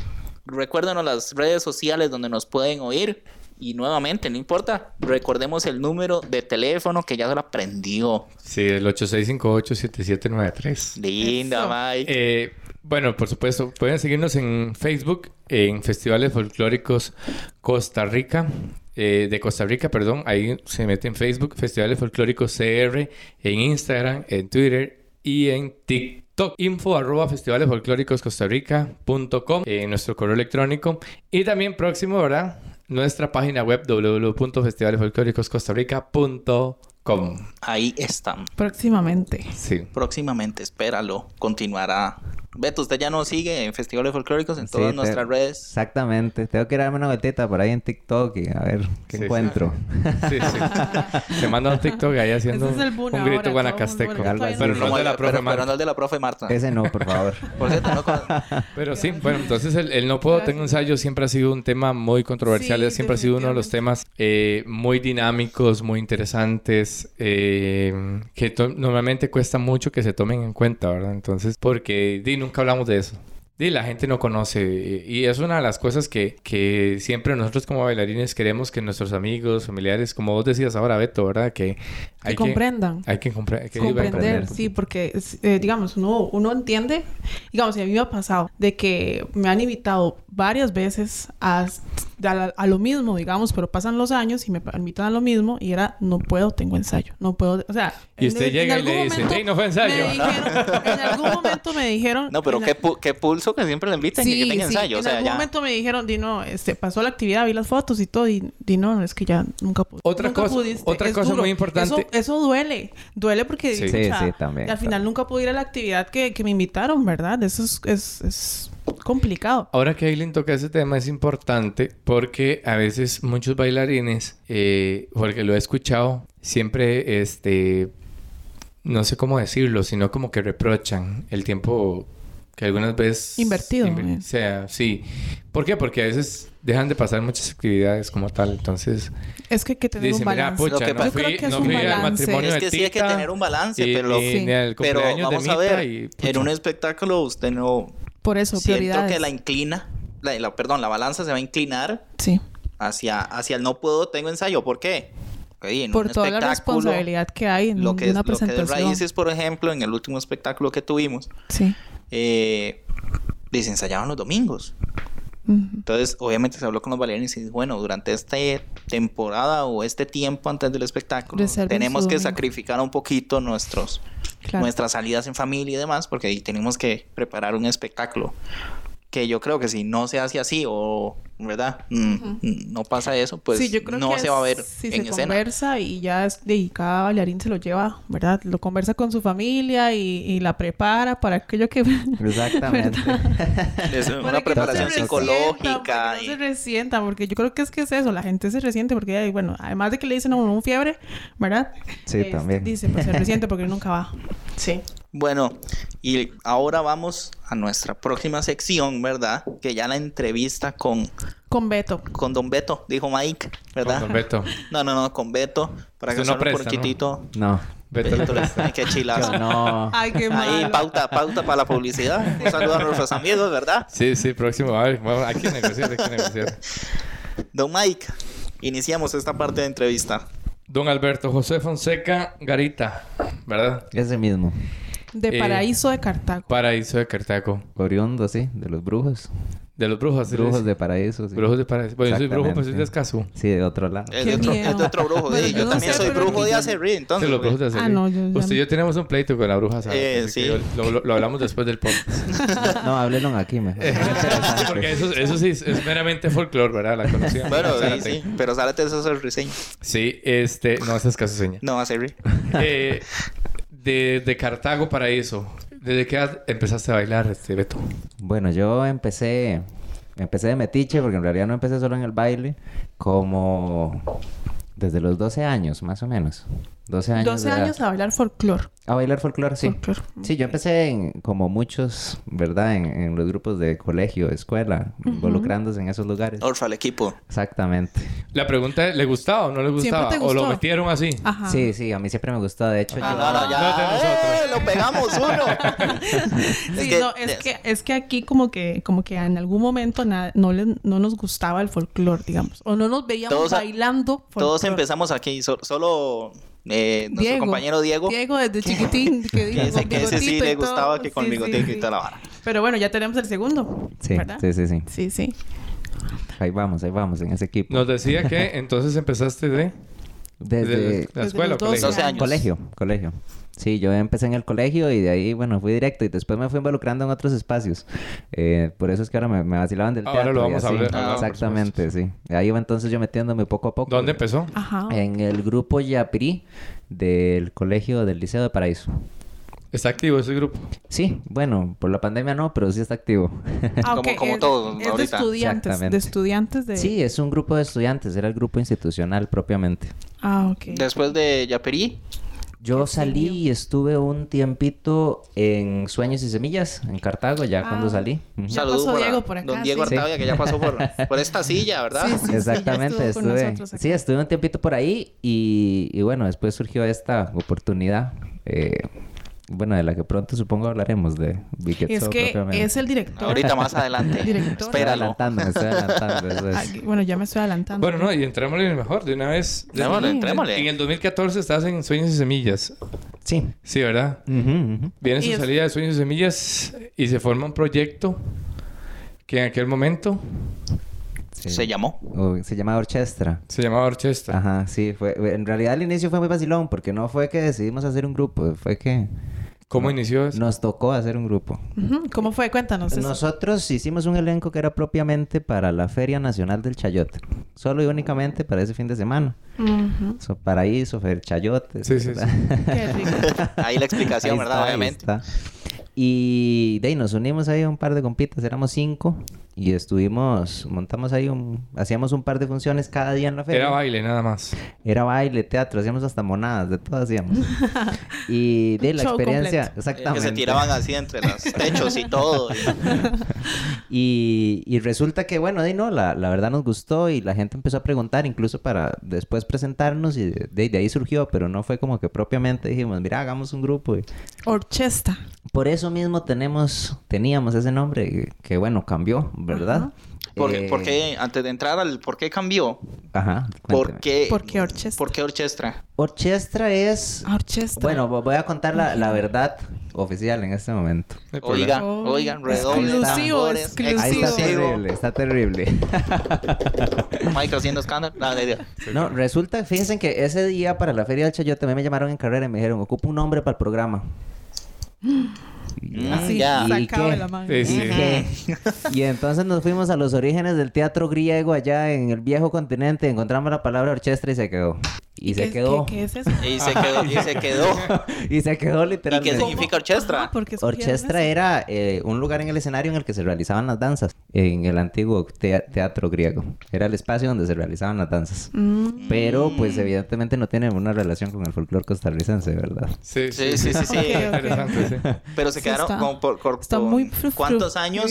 S2: Recuérdenos las redes sociales donde nos pueden oír. Y nuevamente, no importa, recordemos el número de teléfono que ya se lo aprendió.
S3: Sí, el 8658-7793.
S2: Linda,
S1: Eso.
S2: Mike.
S3: Eh, bueno, por supuesto, pueden seguirnos en Facebook, en Festivales Folclóricos Costa Rica, eh, de Costa Rica, perdón, ahí se mete en Facebook, Festivales Folclóricos CR, en Instagram, en Twitter y en TikTok. Info arroba festivales folclóricos costa rica punto com, eh, nuestro correo electrónico y también próximo, ¿verdad? Nuestra página web www.festivalesfolclóricoscostarica.com.
S2: Ahí están.
S1: Próximamente.
S3: Sí.
S2: Próximamente, espéralo, continuará. Beto, usted ya nos sigue en festivales folclóricos en
S4: Sí,
S2: todas
S4: te-
S2: nuestras redes.
S4: Exactamente. Tengo que ir a darme una vueltita por ahí en TikTok y a ver qué
S3: Sí,
S4: encuentro.
S3: Sí, sí. Se manda un TikTok ahí haciendo
S1: Ese es el boom
S3: un grito
S1: ahora,
S3: guanacasteco.
S1: todo el mundo
S4: Algo así.
S3: Pero no
S2: Como
S3: es de
S2: el-
S3: la profe
S2: pero- pero
S3: Marta.
S2: no el de la profe Marta.
S4: Ese no, por favor.
S2: Por cierto, no con-
S3: Pero sí, bueno, entonces el, el no puedo tengo ensayo siempre ha sido un tema muy controversial,
S1: Sí,
S3: siempre ha sido uno de los temas eh, muy dinámicos, muy interesantes, eh, que to- normalmente cuesta mucho que se tomen en cuenta, ¿verdad? Entonces, porque di, nunca hablamos de eso. Y la gente no conoce. eh, Y es una de las cosas que, que siempre nosotros como bailarines queremos que nuestros amigos, familiares, como vos decías ahora, Beto, ¿verdad? Que
S1: Que
S3: hay que,
S1: comprendan.
S3: hay que, compre- hay que
S1: comprender,
S4: comprender.
S1: sí, porque es- eh, digamos, uno, uno entiende, digamos, y a mí me ha pasado de que me han invitado varias veces a, a, la- a lo mismo, digamos, pero pasan los años y me pa- invitan a lo mismo y era, no puedo, tengo ensayo, no puedo, o sea...
S3: Y usted llega y le
S1: algún
S3: dice,
S1: momento
S3: "Ey, no fue ensayo".
S1: me dijeron- en algún momento me dijeron...
S2: No, pero
S1: en
S2: qué,
S1: a-
S2: pu- qué pulso que siempre le invitan y que tenga ensayo.
S1: en
S2: o sea,
S1: algún
S2: ya.
S1: momento me dijeron, Dino, este, pasó la actividad, vi las fotos y todo, y Dino, es que ya nunca pude.
S3: Otra
S1: nunca
S3: cosa- otra
S1: es
S3: cosa
S1: duro.
S3: muy importante.
S1: Eso, eso duele, duele porque
S3: Sí.
S1: o
S4: Sí,
S1: sea,
S4: sí, también,
S1: al final
S4: también.
S1: nunca pude ir a la actividad que, que me invitaron, ¿verdad? Eso es, es, es complicado.
S3: Ahora que Aileen toca ese tema es importante porque a veces muchos bailarines, eh, porque lo he escuchado, siempre, este, no sé cómo decirlo, sino como que reprochan el tiempo que algunas veces...
S1: Invertido, eh.
S3: O sea, sí. ¿Por qué? Porque a veces dejan de pasar muchas actividades como tal, entonces...
S1: Es que hay que tener
S3: Dicen,
S1: un
S3: mira,
S1: balance.
S3: pues,
S2: Lo
S3: pucha,
S2: que
S3: no
S2: pasa-
S3: fui,
S1: Yo creo que es
S3: no
S1: un
S3: fui al
S1: balance.
S3: matrimonio
S2: es
S3: de
S2: que sí hay que
S3: Tita,
S2: tener un balance,
S3: y-
S2: pero,
S3: y ni al
S2: pero
S3: cumpleaños de
S2: vamos a
S3: Mita
S2: ver,
S3: y, pucha.
S2: en un espectáculo usted no...
S1: Por eso,
S2: Siento
S1: prioridades.
S2: que la inclina, la, la- perdón, la balanza se va a inclinar
S1: Sí,
S2: hacia, hacia el no puedo, tengo ensayo. ¿Por qué? Porque, en
S1: por
S2: un
S1: toda la
S2: espectáculo,
S1: responsabilidad que hay en
S2: Lo que, es,
S1: una
S2: lo que es
S1: presentación.
S2: Raíces, por ejemplo, en el último espectáculo que tuvimos,
S1: Sí,
S2: eh, les ensayaban los domingos. Entonces, obviamente se habló con los bailarines y dijo, bueno, durante esta temporada o este tiempo antes del espectáculo,
S1: Reserven
S2: tenemos
S1: su
S2: que
S1: domingo.
S2: sacrificar un poquito nuestros,
S1: Claro.
S2: nuestras salidas en familia y demás, porque ahí tenemos que preparar un espectáculo. Que yo creo que si no se hace así o, ¿verdad? Mm, mm, No pasa eso, pues
S1: Sí, yo creo
S2: no
S1: que
S2: se va a ver
S1: si
S2: en
S1: se
S2: escena.
S1: conversa y ya es, y cada bailarín se lo lleva, ¿verdad? Lo conversa con su familia y, y la prepara para aquello que...
S4: Exactamente.
S2: Es
S1: para
S2: una
S1: que no se
S2: preparación
S1: resientan,
S2: psicológica.
S1: para que
S2: y-
S1: No se resientan, porque yo creo que es que es eso, la gente se resiente porque, ay, bueno, además de que le dicen a uno un fiebre, ¿verdad?
S4: Sí,
S1: Este,
S4: también.
S1: Dice, pues se resiente porque nunca va. Sí.
S2: Bueno, y ahora vamos a nuestra próxima sección, ¿verdad? Que ya la entrevista con,
S1: Con Beto.
S2: con Don Beto, dijo Mike, ¿verdad?
S3: Don Beto.
S2: No, no, no, con Beto, para
S3: Usted
S2: que
S3: no
S2: suene por
S3: presta, ¿no?
S2: chiquitito.
S4: No.
S3: Beto le presta.
S2: Ay, qué chilazo.
S4: Yo no.
S1: Ay, qué
S2: Ahí,
S1: malo.
S2: pauta, pauta para la publicidad. Un saludo a nuestros amigos, ¿verdad?
S3: Sí, sí, próximo. A ver, vamos, hay que negociar, hay que negociar.
S2: Don Mike, iniciamos esta parte de entrevista.
S3: Don Alberto José Fonseca Garita, ¿verdad?
S4: Ese mismo.
S1: De
S3: Eh,
S1: Paraíso de Cartago.
S3: Paraíso de Cartago.
S4: Oriundo, sí, de los brujos.
S3: De los brujos. ¿sí le
S4: Brujos
S3: dicen?
S4: de paraíso. Sí.
S3: Brujos de Eh, Paraíso. Bueno, yo soy brujo, pero soy de
S4: Exactamente.
S3: Escazú.
S4: Sí, de otro lado.
S2: Es
S1: Qué
S2: de, otro,
S1: miedo.
S2: es de otro brujo.
S1: Bueno,
S2: sí.
S1: yo
S2: Yo
S1: no
S2: también
S1: sé,
S2: soy
S1: pero-
S2: brujo de Acerrí, entonces.
S3: de los brujos de
S1: Ah,
S3: Acerrí.
S1: no, yo ya-
S3: Usted y yo tenemos un pleito con la bruja, ¿sabes?
S2: Eh,
S3: Así
S2: sí.
S3: que yo- Lo, lo- lo hablamos después del podcast.
S4: No, háblenlo aquí mejor.
S3: Sí, porque eso, eso sí es, es meramente folclore, ¿verdad? La conocida.
S2: Bueno, sí,
S3: Zárate.
S2: sí. Pero Zárate es acerriseño.
S3: Sí, este... No, ese es Casuseña.
S2: No, Acerrí.
S3: Eh, de, de Cartago Paraíso. ¿Desde qué edad empezaste a bailar, este, Beto?
S4: Bueno, yo empecé, empecé de metiche porque en realidad no empecé solo en el baile, como desde los 12 años, más o menos. 12 años.
S1: 12
S4: de edad.
S1: años a bailar folclore.
S4: A bailar folclore, sí.
S1: Folclore.
S4: Sí, yo empecé en, como muchos, ¿verdad? En, en los grupos de colegio, escuela, involucrándose en esos lugares.
S2: Orfa, el equipo.
S4: Exactamente.
S3: La pregunta es, ¿le gustaba o no le
S1: Siempre
S3: gustaba?
S1: te
S3: ¿O lo
S1: gustó. Ah.
S3: metieron así?
S1: Ajá.
S4: Sí, sí, a mí siempre me gustó. De hecho,
S2: Ah,
S4: yo-
S2: no, no,
S3: No es de
S2: ya. ¡Eh! ¡Lo pegamos
S3: nosotros.
S2: uno!
S1: Sí, no, es que, es que aquí como que, como que en algún momento na- no, le- no nos gustaba el folclore, digamos. O no nos veíamos
S2: Todos a-
S1: bailando
S2: Todos
S1: folclore.
S2: empezamos aquí, so- solo eh, nuestro
S1: Diego.
S2: compañero Diego,
S1: Diego desde chiquitín. Que
S2: que
S1: digo,
S2: dice que ese sí
S1: bigotito y
S2: le gustaba
S1: todo.
S2: que con
S1: Sí,
S2: el bigote
S1: sí,
S2: y toda la vara.
S1: sí. Pero bueno, ya tenemos el segundo,
S4: Sí,
S1: ¿verdad?
S4: sí, sí, sí.
S1: Sí, sí.
S4: Ahí vamos, ahí vamos, en ese equipo.
S3: Nos decía que entonces empezaste de...
S4: Desde,
S3: Desde la
S1: Desde
S3: escuela,
S1: los
S3: o colegio.
S2: 12 años.
S4: Colegio, colegio. Sí, yo empecé en el colegio y de ahí, bueno, fui directo y después me fui involucrando en otros espacios. Eh, por eso es que ahora me, me vacilaban del
S3: Ahora
S4: teatro.
S3: lo
S4: y
S3: vamos a
S4: así.
S3: hablar- hablar, por
S4: Exactamente, sí. Ahí iba entonces yo metiéndome poco a poco.
S3: ¿Dónde empezó?
S1: Ajá.
S4: En el grupo Yapirí del colegio del Liceo de Paraíso.
S3: ¿Está activo ese grupo?
S4: Sí, bueno, por la pandemia no, pero sí está activo.
S1: Ah,
S2: como-
S1: ok,
S2: como
S1: es-
S2: todos
S1: Es de
S2: ahorita.
S1: estudiantes. De
S4: Exactamente.
S1: estudiantes de...
S4: Sí, es un grupo de estudiantes, era el grupo institucional propiamente.
S1: Ah, ok.
S2: Después de Yaperí,
S4: Yo salí y estuve un tiempito en Sueños y Semillas, en Cartago, ya
S1: Ah.
S4: cuando salí. Ujú.
S2: un
S1: Ya
S2: saludo
S1: pasó
S2: para
S1: Diego por acá,
S2: don Diego
S1: sí.
S2: Artavia, que ya pasó por, por esta silla, ¿verdad?
S1: Sí, sí, sí, ya
S4: Exactamente,
S1: estuvo con
S4: estuve.
S1: nosotros acá.
S4: Sí, estuve un tiempito por ahí y, y bueno, después surgió esta oportunidad. eh, bueno, de la que pronto supongo hablaremos de Wicked
S1: Es
S4: Soul
S1: que
S4: propiamente.
S1: es el director.
S2: Ahorita más adelante.
S1: Director.
S4: Estoy
S2: Espéralo.
S4: adelantando, me estoy adelantando. eso es.
S1: Ah, que- bueno, ya me estoy adelantando.
S3: Bueno, no, y entrémosle mejor de una vez. De-
S2: Entrémosle,
S3: En
S2: entrémosle.
S3: el 2014 estabas en Sueños y Semillas.
S4: Sí.
S3: Sí, ¿verdad?
S4: Ujú, ujú.
S3: Viene
S1: Y
S3: su
S1: es-
S3: salida de Sueños y Semillas y se forma un proyecto que en aquel momento
S4: Sí.
S2: Se llamó.
S4: Uy, se llama Orchestra.
S3: se llamaba Orchestra.
S4: Ajá, sí, fue, en realidad el inicio fue muy vacilón porque no fue que decidimos hacer un grupo, fue que
S3: ¿Cómo inició eso?
S4: nos tocó hacer un grupo.
S1: Ujú, ¿Cómo fue? Cuéntanos. eso.
S4: Nosotros hicimos un elenco que era propiamente para la Feria Nacional del Chayote, solo y únicamente para ese fin de semana.
S1: Ujú.
S4: So, paraíso, Fer Chayote.
S3: Sí, sí,
S4: ¿verdad?
S1: Qué rico.
S2: Ahí la explicación,
S4: Ahí
S2: ¿verdad?
S4: está, ahí
S2: Obviamente.
S4: está. Y de ahí nos unimos ahí a un par de compitas, éramos cinco. Y estuvimos, montamos ahí un, hacíamos un par de funciones cada día en la feria.
S3: Era baile nada más.
S4: Era baile, teatro, hacíamos hasta monadas, de todo hacíamos. y de la
S1: Show
S4: experiencia,
S1: completo.
S2: Eh, Que
S4: exactamente.
S2: se tiraban así entre los techos y todo.
S4: Y, y resulta que, bueno, de ahí no, la, la verdad nos gustó y la gente empezó a preguntar, incluso para después presentarnos, y de, de ahí surgió, pero no fue como que propiamente dijimos, mira, hagamos un grupo. y-
S1: Orchesta.
S4: Por eso mismo tenemos, teníamos ese nombre que, bueno, cambió, ¿verdad?
S2: Porque,
S4: Eh,
S2: porque antes de entrar al por qué cambió,
S4: Ajá.
S2: ¿Por
S4: cuénteme.
S2: qué,
S1: ¿Por qué orchestra?
S2: ¿Por qué orchestra?
S4: Orchestra es...
S1: Ah, Orchestra.
S4: Bueno, vo- voy a contar la, la verdad oficial en este momento.
S3: No hay problema.
S2: Oigan,
S1: Oh.
S2: oigan, redobles,
S1: Exclusivo,
S2: tambores,
S1: exclusivo.
S4: Ahí está
S1: Exclusivo.
S4: terrible, está terrible.
S2: Mike haciendo escándalo. Ah, No, no, no.
S4: No, resulta, fíjense que ese día para la Feria del Chayote me llamaron en carrera y me dijeron, ocupa un nombre para el programa.
S2: Mm,
S1: Así,
S2: ya.
S4: ¿Y
S1: sacado
S4: qué?
S1: de la mano.
S3: Sí, sí.
S4: ¿Qué? Y entonces nos fuimos a los orígenes del teatro griego allá en el viejo continente, encontramos la palabra orchestra y se quedó. Y, se
S1: ¿Qué-
S4: quedó.
S1: ¿Qué, qué es eso?
S2: Y se quedó, y se quedó.
S4: Y se quedó
S2: ¿Y qué
S4: literalmente.
S2: significa orchestra?
S1: Ah, porque escogieron
S4: Orchestra
S1: eso.
S4: era eh, un lugar en el escenario en el que se realizaban las danzas, en el antiguo tea- teatro griego. Era el espacio donde se realizaban las danzas.
S1: Mm.
S4: Pero pues evidentemente no tiene ninguna relación con el folclore costarricense, ¿verdad?
S3: Sí,
S2: Sí, sí, sí, sí.
S1: Ok, ok.
S3: Interesante, sí.
S2: Pero se
S1: Sí,
S2: quedaron
S1: está-
S2: con, por, por-
S1: está
S2: con-
S1: muy fru- fru-
S2: ¿Cuántos años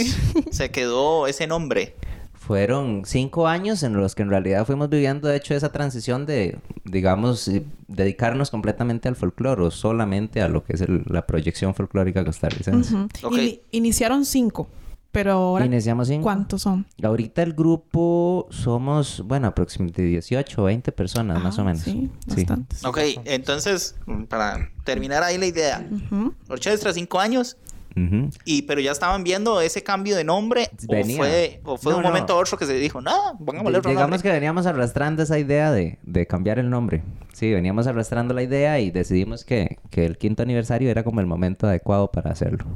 S2: se quedó ese nombre?
S4: Fueron cinco años en los que en realidad fuimos viviendo, de hecho, esa transición de, digamos, eh, dedicarnos completamente al folclore o solamente a lo que es el- la proyección folclórica costarricense.
S1: Ujú.
S2: Ok.
S1: Ini- iniciaron cinco, pero ahora
S4: Iniciamos cinco.
S1: ¿cuántos son?
S4: Ahorita el grupo somos, bueno, aproximadamente 18 o 20 personas, más
S1: Ah,
S4: o menos.
S1: Sí, bastantes.
S2: Ok, entonces, para terminar ahí la idea.
S1: Ujú.
S2: Orchestra, cinco años.
S4: Ujú.
S2: Y, pero ya estaban viendo ese cambio de nombre.
S4: Venía.
S2: O fue, o fue de un
S4: No, no.
S2: momento a otro que se dijo, nada, pongámosle
S4: Di-
S2: otro
S4: Digamos
S2: nombre.
S4: que veníamos arrastrando esa idea de, de cambiar el nombre. Sí, veníamos arrastrando la idea y decidimos que, que el quinto aniversario era como el momento adecuado para hacerlo.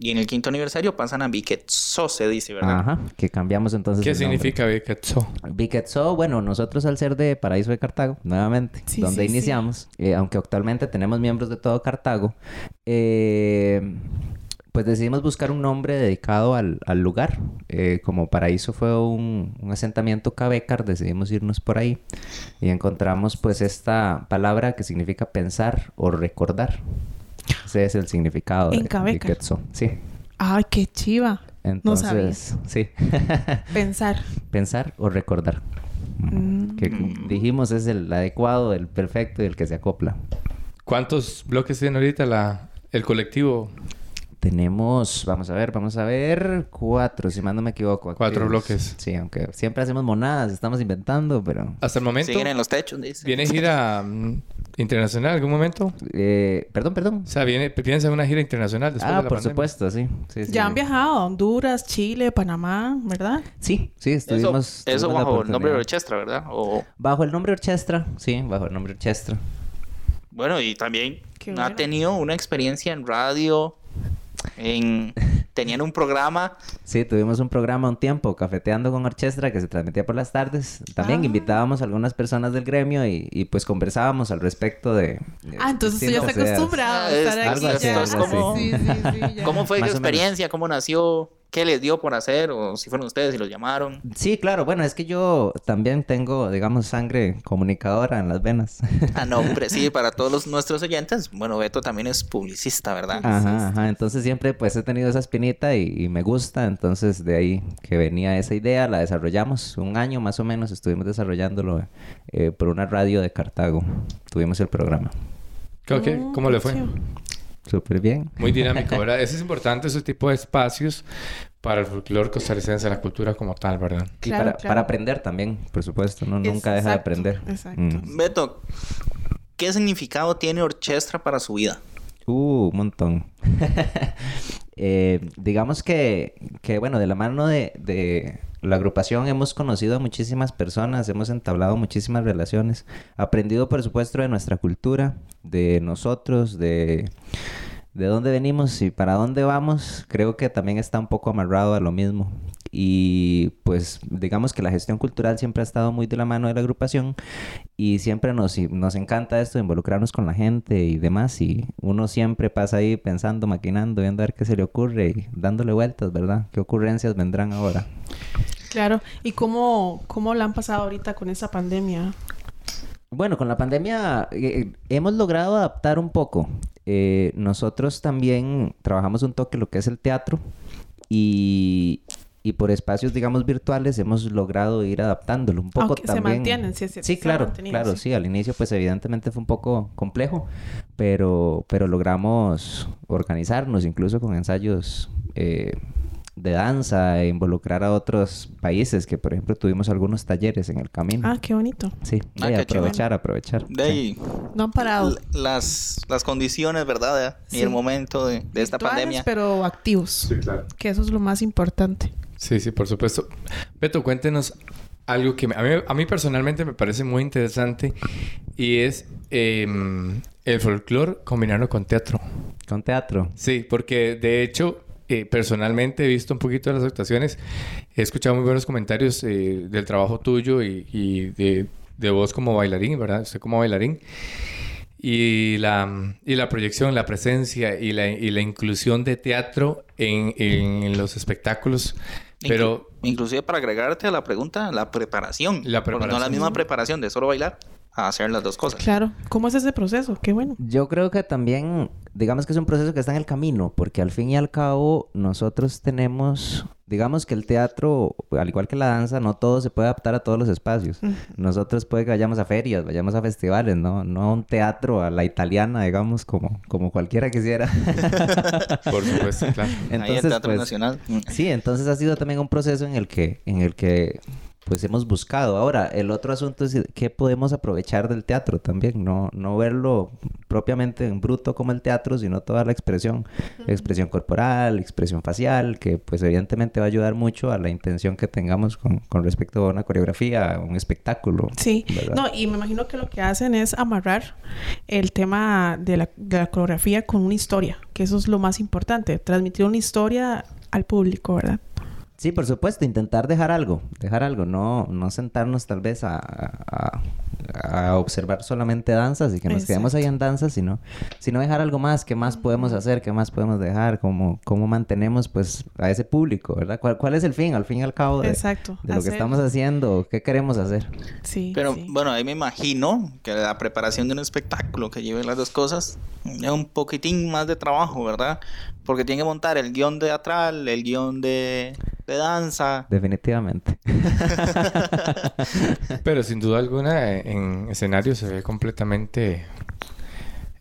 S2: Y en el quinto aniversario pasan a Biquetso, se dice, ¿verdad?
S4: Ajá, que cambiamos entonces
S3: ¿Qué
S4: el nombre.
S3: significa Becatzó?
S4: Biquetso, bueno, nosotros al ser de Paraíso de Cartago, nuevamente,
S1: Sí,
S4: donde
S1: sí, sí.
S4: iniciamos, eh, aunque actualmente tenemos miembros de todo Cartago, eh, pues decidimos buscar un nombre dedicado al, al lugar. Eh, como Paraíso fue un, un asentamiento cabecar, decidimos irnos por ahí y encontramos pues esta palabra que significa pensar o recordar. Ese es el significado
S1: En
S4: de
S1: Cabecar.
S4: Biquetso, sí.
S1: Ay, qué chiva. No sabía.
S4: Entonces, sí.
S1: Pensar.
S4: pensar o recordar.
S1: Mm.
S4: Que dijimos es el adecuado, el perfecto y el que se acopla.
S3: ¿Cuántos bloques tiene ahorita la, el colectivo?
S4: Tenemos, vamos a ver, vamos a ver, cuatro, si más no me equivoco.
S3: Cuatro
S4: activos.
S3: bloques.
S4: Sí, aunque siempre hacemos monadas, estamos inventando, pero...
S3: Hasta el momento.
S2: Siguen en los techos, dice.
S3: ¿Viene gira mm, internacional en algún momento?
S4: eh, perdón, perdón.
S3: O sea, viene, piensa en una gira internacional después
S4: ah,
S3: de la
S4: por
S3: pandemia?
S4: supuesto, sí. sí, sí.
S1: Ya han viajado a Honduras, Chile, Panamá, ¿verdad?
S4: Sí, sí,
S2: Eso,
S4: estuvimos...
S2: eso
S4: tuvimos
S2: bajo
S4: la
S2: el nombre de
S4: oportunidad.
S2: orchestra, ¿verdad? O,
S4: Bajo el nombre orchestra, sí, bajo el nombre orchestra.
S2: bueno, y también
S1: Qué
S2: ha
S1: bueno.
S2: tenido una experiencia en radio, en... Tenían un programa
S4: Sí, tuvimos un programa un tiempo, Cafeteando con Orchestra, que se transmitía por las tardes. También
S1: Ah.
S4: invitábamos a algunas personas del gremio y, y pues conversábamos al respecto de... de
S1: Ah, entonces usted ya
S4: distintas
S1: está
S4: ideas.
S1: acostumbrado a
S2: Ah, es-
S1: estar aquí.
S4: algo así,
S1: ya.
S4: algo así.
S1: Sí, sí, sí, ya.
S2: ¿Cómo fue
S4: Más
S2: su
S4: o menos.
S2: experiencia? ¿Cómo nació? ¿Qué les dio por hacer? ¿O si fueron ustedes y los llamaron?
S4: Sí, claro. Bueno, es que yo también tengo, digamos, sangre comunicadora en las venas.
S2: Ah, no, hombre, sí, para todos los- nuestros oyentes. Bueno, Beto también es publicista, ¿verdad?
S4: Ajá, ajá. Entonces siempre pues he tenido esa espinita y, y me gusta. Entonces de ahí que venía esa idea, la desarrollamos. Un año más o menos estuvimos desarrollándolo eh, por una radio de Cartago. Tuvimos el programa.
S3: ¿Qué- qué-
S4: Mm,
S1: Oh,
S3: ¿Cómo le fue?
S1: chiva.
S4: Súper bien.
S3: Muy dinámico, ¿verdad? Eso es importante, ese tipo de espacios para el folclore costarricense, la cultura como tal, ¿verdad?
S4: Y
S1: Claro,
S4: para,
S1: claro.
S4: para aprender también, por supuesto. ¿no?
S1: Es-
S4: Nunca deja de
S1: exacto,
S4: aprender.
S1: exacto.
S4: Mm.
S2: Beto, ¿qué significado tiene orchestra para su vida?
S4: Uh, un montón. Eh, digamos que, que, bueno, de la mano de, de la agrupación hemos conocido a muchísimas personas, hemos entablado muchísimas relaciones, aprendido, por supuesto, de nuestra cultura, de nosotros, de, de dónde venimos y para dónde vamos. Creo que también está un poco amarrado a lo mismo. Y pues digamos que la gestión cultural siempre ha estado muy de la mano de la agrupación y siempre nos, nos encanta esto de involucrarnos con la gente y demás. Y uno siempre pasa ahí pensando, maquinando, viendo a ver qué se le ocurre y dándole vueltas, ¿verdad? ¿Qué ocurrencias vendrán ahora?
S1: Claro. ¿Y cómo, cómo la han pasado ahorita con esa pandemia?
S4: Bueno, con la pandemia eh, hemos logrado adaptar un poco. Eh, nosotros también trabajamos un toque lo que es el teatro y, y por espacios, digamos, virtuales hemos logrado ir adaptándolo un poco
S1: Aunque se
S4: también.
S1: mantienen, sí, es cierto,
S4: Sí,
S1: se han
S4: claro,
S1: mantenido,
S4: claro,
S1: sí.
S4: sí. Al inicio, pues evidentemente fue un poco complejo, pero, pero logramos organizarnos incluso con ensayos eh, de danza e involucrar a otros países, que por ejemplo tuvimos algunos talleres en el camino.
S1: Ah, qué bonito.
S4: sí,
S2: Ah,
S4: de
S2: qué
S4: aprovechar, aprovechar.
S2: De
S4: sí.
S2: ahí,
S1: No han parado.
S2: l- las, las condiciones, ¿verdad? Y
S1: Sí.
S2: el momento de, de esta
S1: Virtuales,
S2: pandemia.
S1: Pero activos.
S3: claro.
S1: Que eso es lo más importante.
S3: Sí, sí, por supuesto. Beto, cuéntenos algo que me- a, mí, a mí personalmente me parece muy interesante y es eh, el folclore combinarlo con teatro.
S4: Con teatro.
S3: Sí, porque de hecho, eh, personalmente he visto un poquito de las actuaciones, he escuchado muy buenos comentarios eh, del trabajo tuyo y, y de, de vos como bailarín, ¿verdad? Usted como bailarín. Y la, y la proyección, la presencia y la, y la inclusión de teatro en, en los espectáculos.
S2: Inclu-
S3: Pero
S2: inclusive para agregarte a la pregunta, la preparación.
S3: La
S2: Porque No la
S3: preparación.
S2: misma preparación de solo bailar a hacer las dos cosas.
S1: Claro. ¿Cómo es ese proceso? Qué bueno.
S4: Yo creo que también, digamos que es un proceso que está en el camino, porque al fin y al cabo nosotros tenemos, digamos que el teatro, al igual que la danza, no todo se puede adaptar a todos los espacios.
S2: Mm.
S4: Nosotros puede que vayamos a ferias, vayamos a festivales, no, no a un teatro a la italiana, digamos, como, como cualquiera quisiera.
S3: Por supuesto, claro.
S2: Ahí el
S4: Entonces,
S2: Teatro
S4: pues,
S2: Nacional. Mm.
S4: Sí, entonces ha sido también un proceso en el que, en el que pues hemos buscado. Ahora, el otro asunto es qué podemos aprovechar del teatro también, no, no verlo propiamente en bruto como el teatro, sino toda la expresión, expresión corporal, expresión facial, que pues evidentemente va a ayudar mucho a la intención que tengamos con, con respecto a una coreografía, a un espectáculo.
S1: Sí,
S4: ¿verdad?
S1: no, y me imagino que lo que hacen es amarrar el tema de la, de la coreografía con una historia, que eso es lo más importante, transmitir una historia al público, ¿verdad?
S4: Sí, por supuesto, intentar dejar algo, dejar algo, no, no sentarnos tal vez a, a- a observar solamente danzas y que nos quedemos ahí en danzas, sino, sino dejar algo más, qué más podemos hacer, qué más podemos dejar, cómo, cómo mantenemos pues a ese público, ¿verdad? ¿Cuál, cuál es el fin, al fin y al cabo de,
S1: Exacto,
S4: de lo
S1: hacer-
S4: que estamos haciendo, qué queremos hacer?
S1: Sí.
S2: Pero
S1: sí.
S2: bueno, ahí me imagino que la preparación de un espectáculo que lleve las dos cosas es un poquitín más de trabajo, ¿verdad? Porque tiene que montar el guión teatral, el guión de, de danza.
S4: Definitivamente.
S3: Pero sin duda alguna, eh, en escenario se ve completamente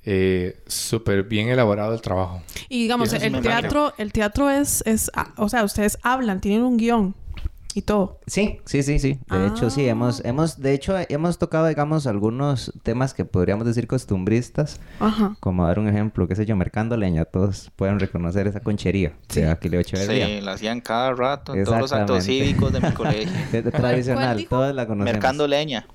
S3: eh, súper bien elaborado el trabajo.
S1: Y digamos,
S3: eso es
S1: el
S3: muy
S1: teatro, el teatro es, es, ah, o sea, ustedes hablan, tienen un guión y todo.
S4: Sí, sí, sí, sí. De hecho, sí, hemos, hemos, de hecho, hemos tocado, digamos, algunos temas que podríamos decir costumbristas.
S1: Ajá.
S4: Como dar un ejemplo, qué sé yo, mercando leña, todos pueden reconocer esa conchería
S1: Sí.
S4: de Aquileo Echeverría.
S2: Sí, la hacían cada rato en todos los actos
S4: Exactamente.
S2: cívicos de mi colegio.
S4: Es de tradicional,
S1: dijo?
S4: todos la conocemos.
S2: Mercando leña.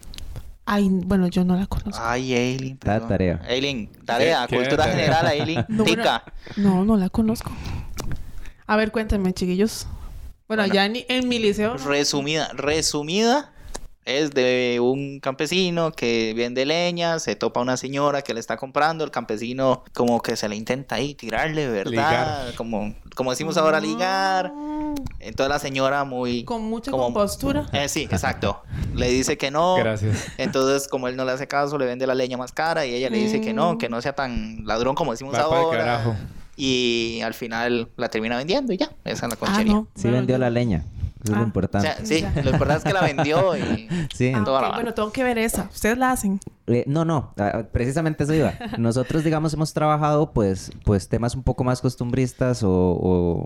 S1: Ay, bueno, yo no la conozco.
S2: Ay, Eileen.
S4: Ta-
S2: perdón.
S4: tarea.
S2: Eileen, tarea,
S3: ¿Qué?
S2: cultura
S3: ¿Qué?
S2: general, Eileen.
S1: No, bueno,
S2: Tica.
S1: No, no la conozco. A ver, cuéntenme, chiquillos. Bueno,
S2: Bueno.
S1: ya ni- en mi liceo.
S2: Resumida, resumida es de un campesino que vende leña, se topa una señora que le está comprando, el campesino como que se le intenta ahí tirarle, ¿verdad?
S3: Ligar.
S2: Como como decimos ahora ligar.
S1: Mm,
S2: Entonces la señora muy
S1: Con mucha
S2: como-
S1: compostura. Ah,
S2: eh, sí, exacto. Le dice que no.
S3: Gracias.
S2: Entonces, como él no le hace caso, le vende la leña más cara y ella le dice que
S1: Mm.
S2: no, que no sea tan ladrón como decimos
S3: Va pa'l
S2: ahora.
S3: carajo.
S2: Y al final la termina vendiendo y ya, esa es la
S1: Ah,
S2: conchería.
S1: no.
S4: Sí
S1: bueno,
S4: vendió
S1: yo-
S4: la leña, eso es
S1: Ah.
S4: lo
S2: O
S4: importante.
S2: sea, sí,
S1: Ya.
S2: lo importante es que la vendió y
S4: Sí,
S1: Ah,
S2: toda la
S1: ok,
S2: vara.
S1: Bueno, tengo que ver esa. Ustedes la hacen.
S4: Eh, no, no, ah, precisamente eso iba. Nosotros, digamos, hemos trabajado pues, pues temas un poco más costumbristas o, o-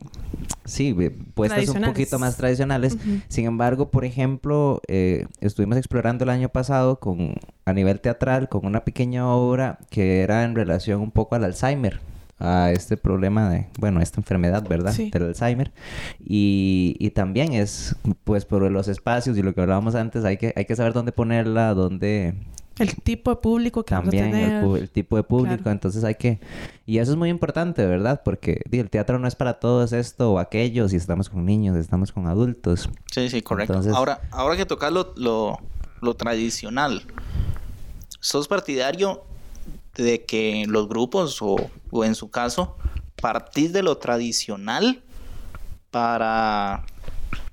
S4: sí, eh, puestas un
S1: Tradicionales.
S4: poquito más tradicionales.
S1: Ujú.
S4: Sin embargo, por ejemplo, eh, estuvimos explorando el año pasado con, a nivel teatral con una pequeña obra que era en relación un poco al Alzheimer a este problema de, bueno, esta enfermedad, ¿verdad?
S1: Sí.
S4: Del Alzheimer. Y, y también es, pues, por los espacios y lo que hablábamos antes, hay que, hay que saber dónde ponerla, dónde,
S1: El tipo de público que vamos a
S4: también el,
S1: tener.
S4: pu- el tipo de público,
S1: Claro.
S4: entonces hay que... Y eso es muy importante, ¿verdad? Porque di, el teatro no es para todos esto o aquello, si estamos con niños, si estamos con adultos.
S2: Sí, sí, correcto.
S4: Entonces-
S2: Ahora, ahora que tocas lo, lo, lo tradicional, ¿sos partidario de que los grupos o, o en su caso partís de lo tradicional para,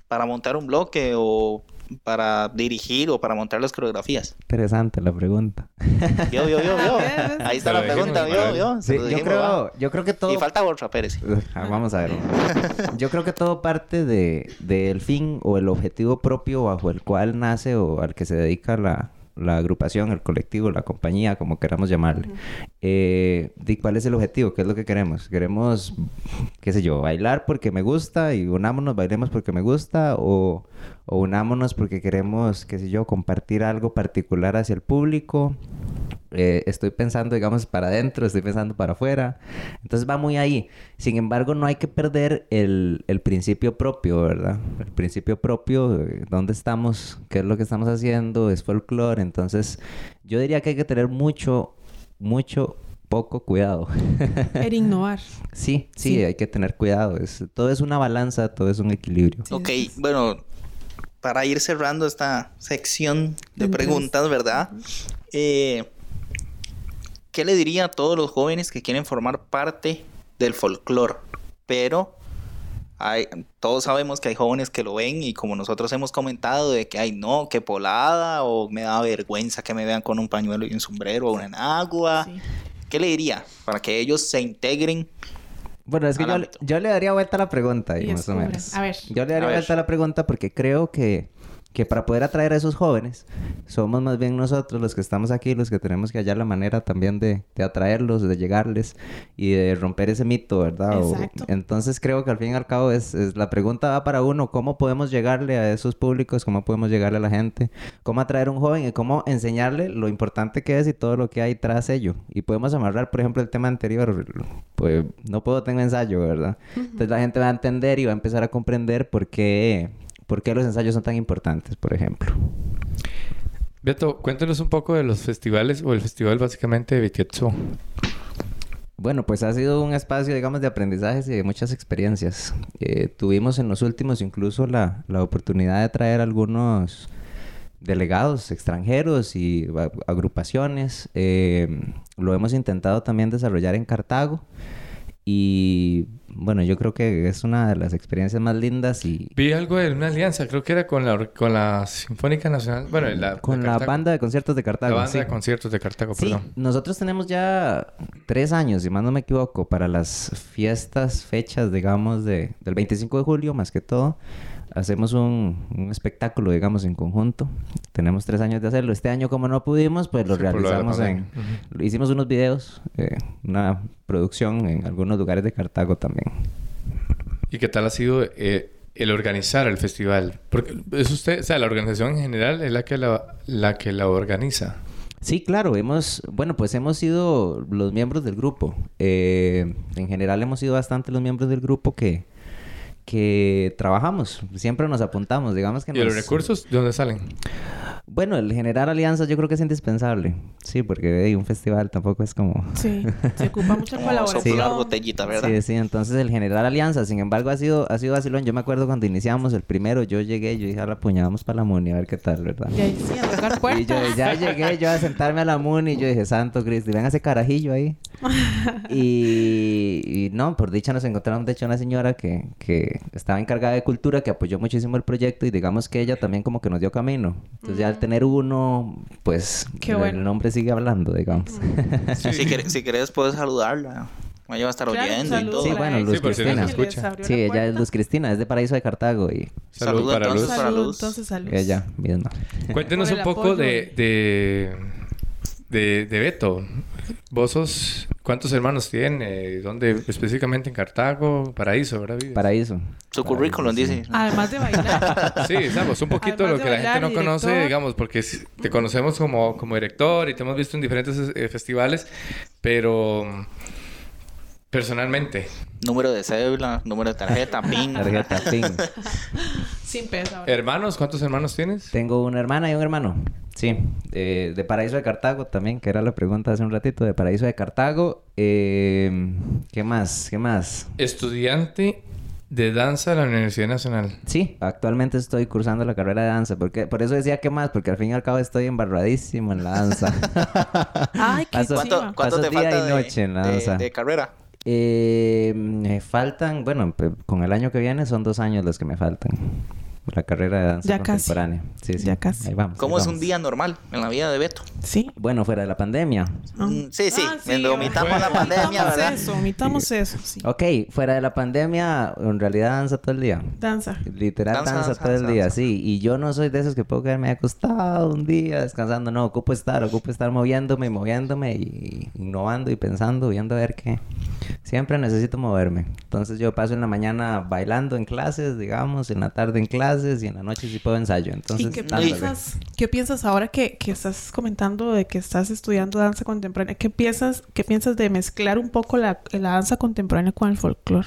S2: para montar un bloque o para dirigir o para montar las coreografías?
S4: Interesante la pregunta.
S2: Yo, yo, yo, yo. Ahí está
S3: Te lo
S2: la pregunta,
S3: dijimos,
S2: yo,
S3: Manuel.
S2: yo. se
S4: Sí,
S2: lo
S4: yo,
S2: dijimos,
S4: creo,
S2: va.
S4: yo creo que todo...
S2: Y falta Borja Pérez.
S4: Ah, Vamos a ver. Yo creo que todo parte de, del fin o el objetivo propio bajo el cual nace o al que se dedica la, la agrupación, el colectivo, la compañía, como queramos llamarle. Eh, ¿Y cuál es el objetivo? ¿Qué es lo que queremos? ¿Queremos, qué sé yo, bailar porque me gusta y unámonos, bailemos porque me gusta? ¿O, o unámonos porque queremos, qué sé yo, compartir algo particular hacia el público? Eh, estoy pensando, digamos, para adentro, estoy pensando para afuera. Entonces va muy ahí. Sin embargo, no hay que perder el, el principio propio, ¿verdad? El principio propio, eh, ¿dónde estamos? ¿Qué es lo que estamos haciendo? Es folclore. Entonces, yo diría que hay que tener mucho, mucho, poco cuidado.
S1: Era innovar.
S4: sí, sí,
S1: Sí.
S4: hay que tener cuidado. Es, todo es una balanza, todo es un equilibrio.
S1: Sí,
S2: Ok,
S1: sí, sí.
S2: bueno, para ir cerrando esta sección
S1: De
S2: de preguntas, ¿verdad? Eh, ¿Qué le diría a todos los jóvenes que quieren formar parte del folclore? Pero hay, todos sabemos que hay jóvenes que lo ven y como nosotros hemos comentado de que, ay, no, qué polada, o me da vergüenza que me vean con un pañuelo y un sombrero o una enagua.
S1: Sí.
S2: ¿Qué le diría para que ellos se integren?
S4: Bueno, es que
S2: al
S4: yo,
S2: ámbito.
S4: yo le daría vuelta a la pregunta, ahí,
S1: Y
S4: más o
S1: descubran.
S4: menos.
S1: A ver.
S4: Yo le
S2: A
S4: daría
S2: ver.
S4: vuelta a la pregunta porque creo que, que para poder atraer a esos jóvenes, somos más bien nosotros los que estamos aquí, los que tenemos que hallar la manera también de, de atraerlos, de llegarles y de romper ese mito, ¿verdad? O-
S1: Exacto.
S4: entonces creo que al fin y al cabo es, es- la pregunta va para uno, ¿cómo podemos llegarle a esos públicos? ¿Cómo podemos llegarle a la gente? ¿Cómo atraer a un joven y cómo enseñarle lo importante que es y todo lo que hay tras ello? Y podemos amarrar, por ejemplo, el tema anterior, pues no puedo tener ensayo, ¿verdad? Entonces la gente va a entender y va a empezar a comprender por qué, por qué los ensayos son tan importantes, por ejemplo.
S3: Beto, cuéntanos un poco de los festivales o el festival básicamente de Vitiotso.
S4: Bueno, pues ha sido un espacio, digamos, de aprendizajes y de muchas experiencias. Eh, tuvimos en los últimos incluso la, la oportunidad de traer algunos delegados extranjeros y a- agrupaciones. Eh, lo hemos intentado también desarrollar en Cartago. Y bueno, yo creo que es una de las experiencias más lindas y
S3: Vi algo de una alianza, creo que era con la, or- con la Sinfónica Nacional. Bueno, la,
S4: con
S3: de
S4: la
S3: Cartago.
S4: banda de conciertos de
S3: La
S4: Cartago.
S3: banda
S4: sí.
S3: de conciertos de Cartago,
S4: Sí,
S3: perdón.
S4: nosotros tenemos ya tres años, si más no me equivoco, para las fiestas, fechas, digamos, de, del 25 de julio, más que todo. Hacemos un, un espectáculo, digamos, en conjunto. Tenemos tres años de hacerlo. Este año, como no pudimos, pues lo
S3: Sí, por lo de la
S4: realizamos en...
S3: pandemia. Ujú.
S4: lo- Hicimos unos videos, eh, una producción en algunos lugares de Cartago también.
S3: ¿Y qué tal ha sido eh, el organizar el festival? Porque es usted, o sea, la organización en general es la que la, la que la organiza.
S4: Sí, claro, hemos, bueno, pues hemos sido los miembros del grupo. Eh, en general hemos sido bastante los miembros del grupo que, que trabajamos, siempre nos apuntamos, digamos que
S3: ¿Y los
S4: nos-
S3: recursos de dónde salen?
S4: Bueno, el generar alianzas yo creo que es indispensable, sí, porque hey, un festival tampoco es como...
S1: Sí, se ocupa mucha
S2: Como
S1: colaboración.
S2: soplar botellita, ¿verdad?
S4: Sí, sí, entonces el generar alianzas, sin embargo, ha sido, ha sido vacilón. Yo me acuerdo cuando iniciamos el primero, yo llegué, yo dije, a la puñábamos para la muni, a ver qué tal, ¿verdad?
S1: Y ahí sí, a tocar
S4: Y yo
S1: puertas.
S4: ya llegué yo a sentarme a la MUN y yo dije, santo Cristo, y ven a ese carajillo ahí. y, y no, por dicha nos encontraron, de hecho, una señora que, que estaba encargada de cultura, que apoyó muchísimo el proyecto y digamos que ella también como que nos dio camino. Entonces ya al tener uno, pues
S1: Mm. Qué
S4: el-
S1: bueno. Mm.
S4: el nombre sigue hablando, digamos.
S2: Si, quer- si querés, puedes saludarla. Ella va a estar
S1: Claro,
S2: oyendo y
S1: saludo
S2: todo.
S4: Sí,
S1: para
S4: bueno,
S1: ella.
S4: Luz Sí, por si no se Cristina.
S3: escucha.
S1: Les abrió
S4: sí,
S1: la
S4: ella es
S1: puerta.
S4: Luz Cristina, es de Paraíso de Cartago y
S3: Salud,
S2: Salud,
S3: para
S2: entonces. Luz.
S3: Luz.
S2: para
S1: Salud,
S2: Luz.
S1: entonces a Luz.
S4: ella misma.
S3: Cuéntenos
S1: Por
S3: un
S1: el
S3: poco
S1: apoyo.
S3: de, de, de, de Beto. ¿Vos sos, cuántos hermanos tiene? ¿Dónde específicamente en Cartago? Paraíso, ¿verdad? vives?
S4: Paraíso.
S2: Su currículum, dice.
S1: Además de bailar.
S3: Sí, estamos un poquito
S1: Además
S3: lo
S1: de
S3: que la gente
S1: bailar
S3: no
S1: y
S3: conoce,
S1: director.
S3: digamos, porque es- te conocemos como, como director y te hemos visto en diferentes eh, festivales, pero mm, personalmente,
S2: Número de cédula, número de tarjeta, PIN.
S4: Tarjeta, ping.
S1: Sin peso ahora.
S3: hermanos, ¿cuántos hermanos tienes?
S4: Tengo una hermana y un hermano. Sí, eh, de Paraíso de Cartago también, que era la pregunta hace un ratito, de Paraíso de Cartago. Eh, ¿Qué más? ¿Qué más?
S3: Estudiante de danza de la Universidad Nacional.
S4: Sí, actualmente estoy cursando la carrera de danza. Porque, por eso decía qué más, porque al fin y al cabo estoy embarradísimo en la danza.
S1: Ay, qué
S4: Paso-
S1: chiva.
S2: ¿Cuánto, cuánto
S4: Pasas
S2: te
S4: día
S2: falta
S4: y
S2: de,
S4: noche en la
S2: de-
S4: danza.
S2: de carrera?
S4: Eh, me faltan, bueno, pe- con el año que viene son dos años los que me faltan. la carrera de danza
S1: Ya casi.
S4: contemporánea. Sí, sí.
S1: Ya casi.
S4: Ahí vamos.
S2: ¿Cómo
S4: ahí
S2: es un
S4: vamos.
S2: día normal en la vida de Beto?
S1: Sí.
S4: Bueno, fuera de la pandemia.
S1: Ah.
S2: Mm, Sí, sí,
S1: Ah,
S2: me lo omitamos la pandemia,
S1: Omitamos
S2: ¿verdad?
S1: eso, omitamos eso, sí.
S4: Ok, fuera de la pandemia, en realidad danza todo el día.
S1: Danza.
S4: Literal
S2: Danza,
S4: danza,
S2: danza,
S4: todo el
S2: danza,
S4: día,
S2: danza.
S4: sí. Y yo no soy de esos que puedo quedarme acostado un día descansando. No, ocupo estar, ocupo estar moviéndome y moviéndome y innovando y pensando, viendo a ver qué. Siempre necesito moverme. Entonces yo paso en la mañana bailando en clases, digamos, en la tarde en clases y en la noche sí puedo ensayo. Entonces,
S1: ¿Y qué
S2: dándole.
S1: piensas, qué piensas ahora que, que estás comentando de que estás estudiando danza contemporánea? ¿Qué piensas, qué piensas de mezclar un poco la, la danza contemporánea con el folclore?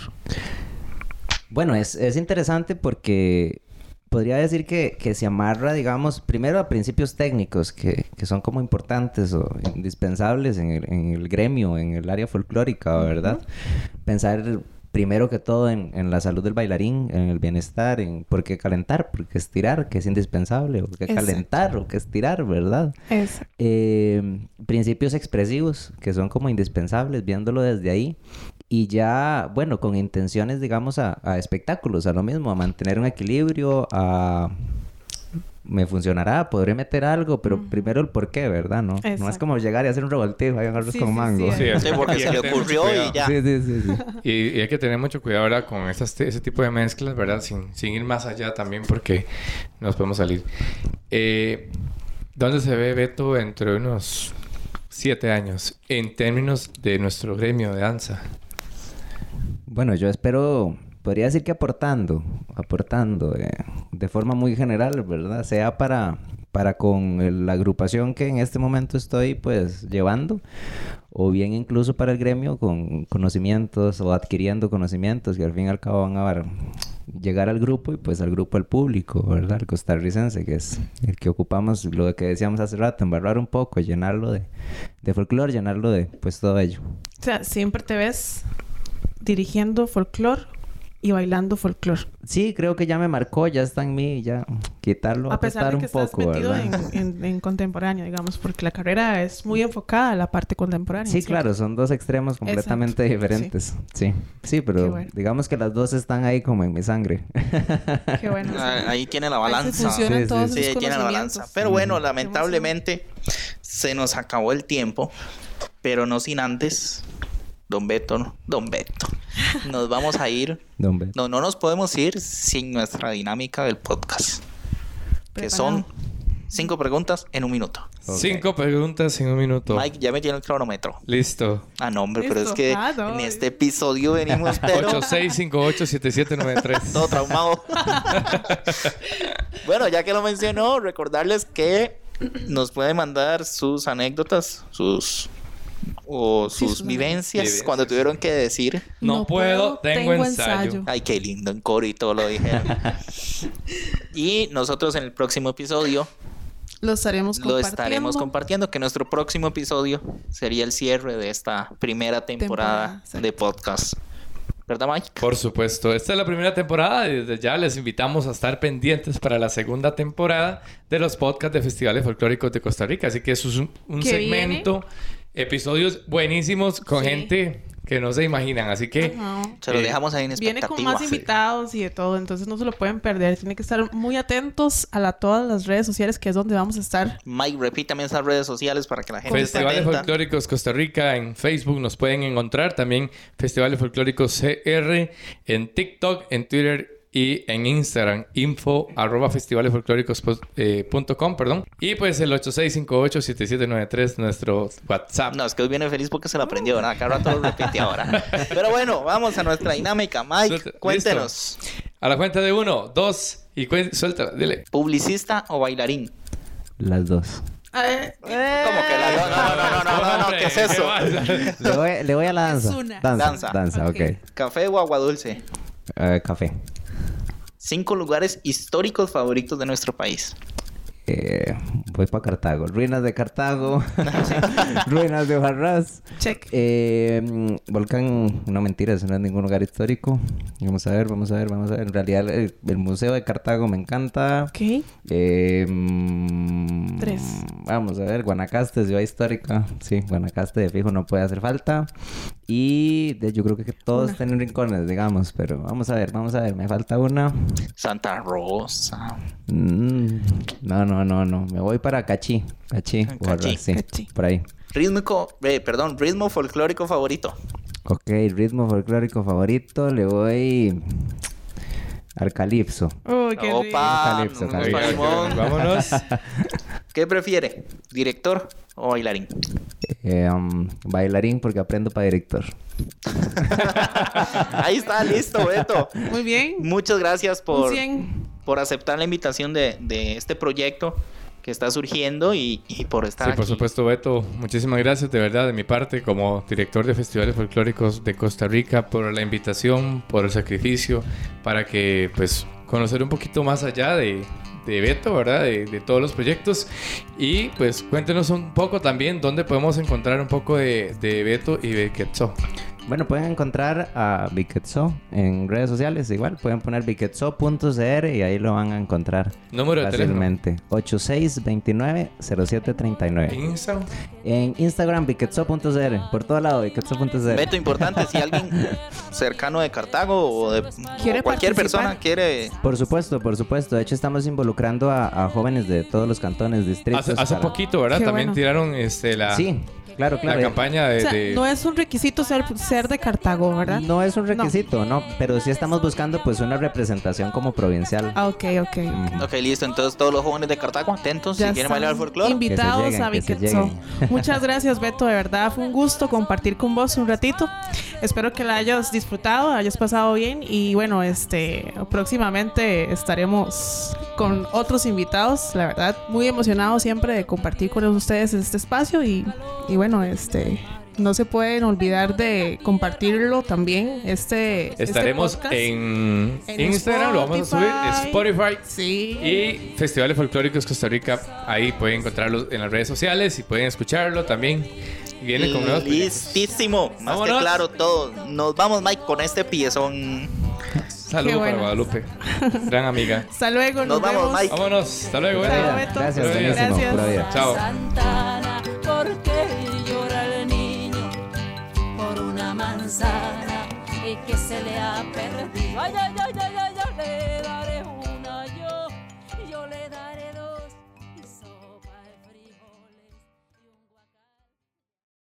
S4: Bueno, es, es interesante porque podría decir que, que se amarra, digamos, primero a principios técnicos que, que son como importantes o indispensables en el, en el gremio, en el área folclórica, ¿verdad? Pensar primero que todo en, en la salud del bailarín, en el bienestar, en por qué calentar, por qué estirar, que es indispensable, o qué
S1: Exacto.
S4: calentar, o qué estirar, ¿verdad?
S1: Es,
S4: eh, principios expresivos que son como indispensables viéndolo desde ahí y ya bueno con intenciones digamos a, a espectáculos a lo mismo a mantener un equilibrio a me funcionará podré meter algo pero primero el por qué verdad no no es
S1: Exacto.
S4: como llegar y hacer un revoltijo y agarrarlos
S1: Sí,
S4: con
S1: sí,
S4: mango
S1: sí,
S4: sí.
S2: Sí, porque se le ocurrió y ya.
S4: Sí, sí, sí,
S3: Y, y hay que tener mucho cuidado, ¿verdad? Con esas te- ese tipo de mezclas, ¿verdad? Sin, sin ir más allá también porque nos podemos salir. Eh, ¿Dónde se ve Beto dentro de unos siete años en términos de nuestro gremio de danza?
S4: Bueno, yo espero, podría decir que aportando, aportando eh, de forma muy general, ¿verdad? Sea para, para con el- la agrupación que en este momento estoy pues llevando, o bien incluso para el gremio con conocimientos o adquiriendo conocimientos que al fin y al cabo van a dar- llegar al grupo y pues al grupo al público, ¿verdad? El costarricense, que es el que ocupamos, lo que decíamos hace rato, embarrar un poco, llenarlo de, de folclore, llenarlo de pues todo ello.
S1: o sea, siempre te ves dirigiendo folclore y bailando folclore.
S4: Sí, creo que ya me marcó, ya está en mí, ya mm, quitarlo,
S1: A pesar de
S4: apretar
S1: que
S4: un
S1: estás
S4: poco,
S1: metido
S4: ¿verdad?
S1: en, en- en contemporáneo, digamos, porque la carrera es muy enfocada a la parte contemporánea.
S4: Sí,
S1: ¿cierto?
S4: claro, son dos extremos completamente
S1: Exacto,
S4: diferentes. Sí, sí,
S1: Qué
S4: pero
S1: bueno.
S4: digamos que las dos están ahí como en mi sangre.
S1: Qué bueno. sí.
S2: Ah, Ahí tiene la
S1: Pues Ahí se
S2: balanza. Sí,
S1: fusionan
S4: Sí, sí,
S1: todos
S2: ahí
S1: esos
S2: tiene la
S1: conocimientos.
S2: balanza. Pero bueno, lamentablemente se nos acabó el tiempo, pero no sin antes. Don Beto, ¿no? Don Beto. Nos vamos a ir.
S4: Don Beto.
S2: No, no nos podemos ir sin nuestra dinámica del podcast, que
S1: Preparado.
S2: son cinco preguntas en un minuto.
S4: Ok.
S3: Cinco preguntas en un minuto.
S2: Mike, ya me tiene el cronómetro.
S3: Listo.
S2: Ah, no, hombre, pero es
S1: Listo.
S2: que
S1: Ah, no.
S2: en este episodio venimos, pero
S3: 86587793.
S2: todo traumado. bueno, ya que lo mencionó, recordarles que nos pueden mandar sus anécdotas, sus o
S1: Sí,
S2: sus
S1: sus
S2: vivencias
S3: vivencias.
S2: cuando tuvieron que decir,
S3: No puedo, tengo ensayo.
S2: ay, qué lindo en coro y todo lo dijeron. y nosotros en el próximo episodio
S1: Lo estaremos
S2: lo
S1: compartiendo.
S2: estaremos compartiendo, que nuestro próximo episodio sería el cierre de esta primera temporada,
S1: Temporada, exacto.
S2: de podcast. ¿Verdad, Mike?
S3: Por supuesto, esta es la primera temporada y desde ya les invitamos a estar pendientes para la segunda temporada de los podcasts de festivales folclóricos de Costa Rica. Así que eso es un, un
S1: Que
S3: segmento, episodios buenísimos con
S1: Sí.
S3: gente que no se imaginan. Así que
S1: Ajá.
S2: Se lo
S3: Eh,
S2: dejamos ahí en
S1: Viene con
S2: expectativa.
S1: más invitados y de todo, entonces no se lo pueden perder. Tienen que estar muy atentos a la- todas las redes sociales, que es donde vamos a estar.
S2: Mike, repítame esas redes sociales para que la gente esté
S3: Festivales
S2: atenta.
S3: Folclóricos Costa Rica en Facebook nos pueden encontrar. También Festivales Folclóricos CR en TikTok, en Twitter y en Instagram. Info arroba festivalesfolclóricos.com, perdón. Y pues el 86587793, nuestro WhatsApp.
S2: No, es que hoy viene feliz porque se lo aprendió,
S1: Uh.
S2: ¿verdad? Cada rato lo repite ahora. Pero bueno, vamos a nuestra dinámica. Mike,
S3: Suelta.
S2: cuéntenos.
S3: A la cuenta de uno, dos y cuen- suelta, dile.
S2: ¿Publicista o bailarín?
S4: Las dos.
S2: ¿Cómo Eh, que la... No, no, no, no, no, no, no,
S3: Hombre,
S2: ¿qué es eso?
S3: pasa?
S4: Le voy, le voy a la danza.
S1: Es una.
S4: Danza,
S2: Danza.
S4: danza, ok.
S1: Ok.
S2: ¿Café o agua dulce?
S4: Eh, café.
S2: Cinco lugares históricos favoritos de nuestro país.
S4: Eh, voy para Cartago. Ruinas de Cartago. Ruinas de Barras.
S1: Check.
S4: Eh, mm, volcán, no mentiras, no es ningún lugar histórico. Vamos a ver, vamos a ver, vamos a ver. En realidad el, el museo de Cartago me encanta.
S1: Ok.
S4: Eh, mm,
S1: Tres.
S4: Vamos a ver, Guanacaste, ciudad histórica. Sí, Guanacaste de fijo no puede hacer falta. Y de- yo creo que todos tienen rincones, digamos, pero vamos a ver, vamos a ver, me falta una.
S2: Santa Rosa.
S4: Mm, no, no, no, no, me voy para Cachi, Cachi,
S2: Cachi,
S4: Borra, sí,
S2: Cachi.
S4: por ahí.
S2: Rítmico, eh, perdón, ritmo folclórico favorito.
S4: Ok, ritmo folclórico favorito, le voy al calipso.
S1: Uy, qué
S2: Opa, nos
S4: rico. Calypso,
S2: vamos pa'
S3: Oiga,
S2: limón.
S3: vámonos.
S2: ¿Qué prefiere? ¿Director o bailarín?
S4: Eh, um, bailarín porque aprendo para director.
S2: Ahí está, listo, Beto.
S1: rico. Muy bien.
S2: Muchas gracias
S1: Un
S2: por,
S1: 100.
S2: por aceptar la invitación de, de este proyecto que está surgiendo y, y por estar
S3: Sí, por
S2: aquí.
S3: supuesto, Beto. Muchísimas gracias, de verdad, de mi parte, como director de festivales folclóricos de Costa Rica, por la invitación, por el sacrificio, para que, pues, conocer un poquito más allá de, de Beto, ¿verdad? De, de todos los proyectos. Y, pues, cuéntenos un poco también dónde podemos encontrar un poco de, de Beto y de Quetzal.
S4: Bueno, pueden encontrar a Biquetso en redes sociales, igual pueden poner biquetso.cr y ahí lo van a encontrar
S3: Número de teléfono.
S4: fácilmente. 8629-0739.
S3: Insta.
S4: En Instagram, biquetso.cr. Por todo lado, biquetso.cr.
S2: Beto, importante, si alguien cercano de Cartago o de
S1: ¿Quiere
S2: o cualquier
S1: participar?
S2: persona quiere...
S4: Por supuesto, por supuesto. De hecho, estamos involucrando a, a jóvenes de todos los cantones, distritos.
S3: Hace, hace
S4: para-
S3: poquito, ¿verdad?
S1: Qué
S3: También
S1: bueno.
S3: tiraron este, la,
S4: Sí, claro,
S3: la
S4: claro.
S3: campaña de...
S1: O sea,
S3: de-
S1: no es un requisito ser, ser de Cartago, ¿verdad?
S4: No es un requisito, no. pero sí estamos buscando pues una representación como provincial.
S1: Ah, ok, ok.
S4: Ujú.
S2: Ok, listo. Entonces todos los jóvenes de Cartago atentos
S1: Ya
S2: si quieren bailar
S1: están
S2: folclore.
S1: Invitados
S4: lleguen,
S1: a
S4: que se
S1: Biquetso. Muchas gracias, Beto. De verdad, fue un gusto compartir con vos un ratito. Espero que la hayas disfrutado, hayas pasado bien. Y bueno, este próximamente estaremos con otros invitados. La verdad, muy emocionado siempre de compartir con ustedes este espacio. Y, y bueno, este. No se pueden olvidar de compartirlo también. Este este
S3: Estaremos
S1: podcast.
S3: en,
S1: En
S3: Instagram, lo vamos a subir,
S1: Spotify.
S3: Spotify,
S1: Sí.
S3: Y Festivales Folclóricos Costa Rica, ahí pueden encontrarlos en las redes sociales y pueden escucharlo también. Y Viene con nuevos proyectos.
S2: Listísimo. Más
S3: Vámonos.
S2: que claro todo. Nos vamos, Mike, con este piezón.
S3: Saludos
S1: Qué
S3: para
S1: bueno.
S3: Guadalupe, gran amiga.
S1: Hasta luego. Nos,
S2: Nos vamos,
S1: vemos.
S2: Mike.
S3: Vámonos, hasta luego. eh.
S1: Chao,
S3: Elena.
S1: Beto.
S4: Gracias,
S3: Gracias.
S4: buenísimo, pura vida.
S3: Chao.
S5: Santana, ¿por qué llora el niño por una manzana y que se le ha perdido? Ay, ay, ay, ay, ay, ay, ay.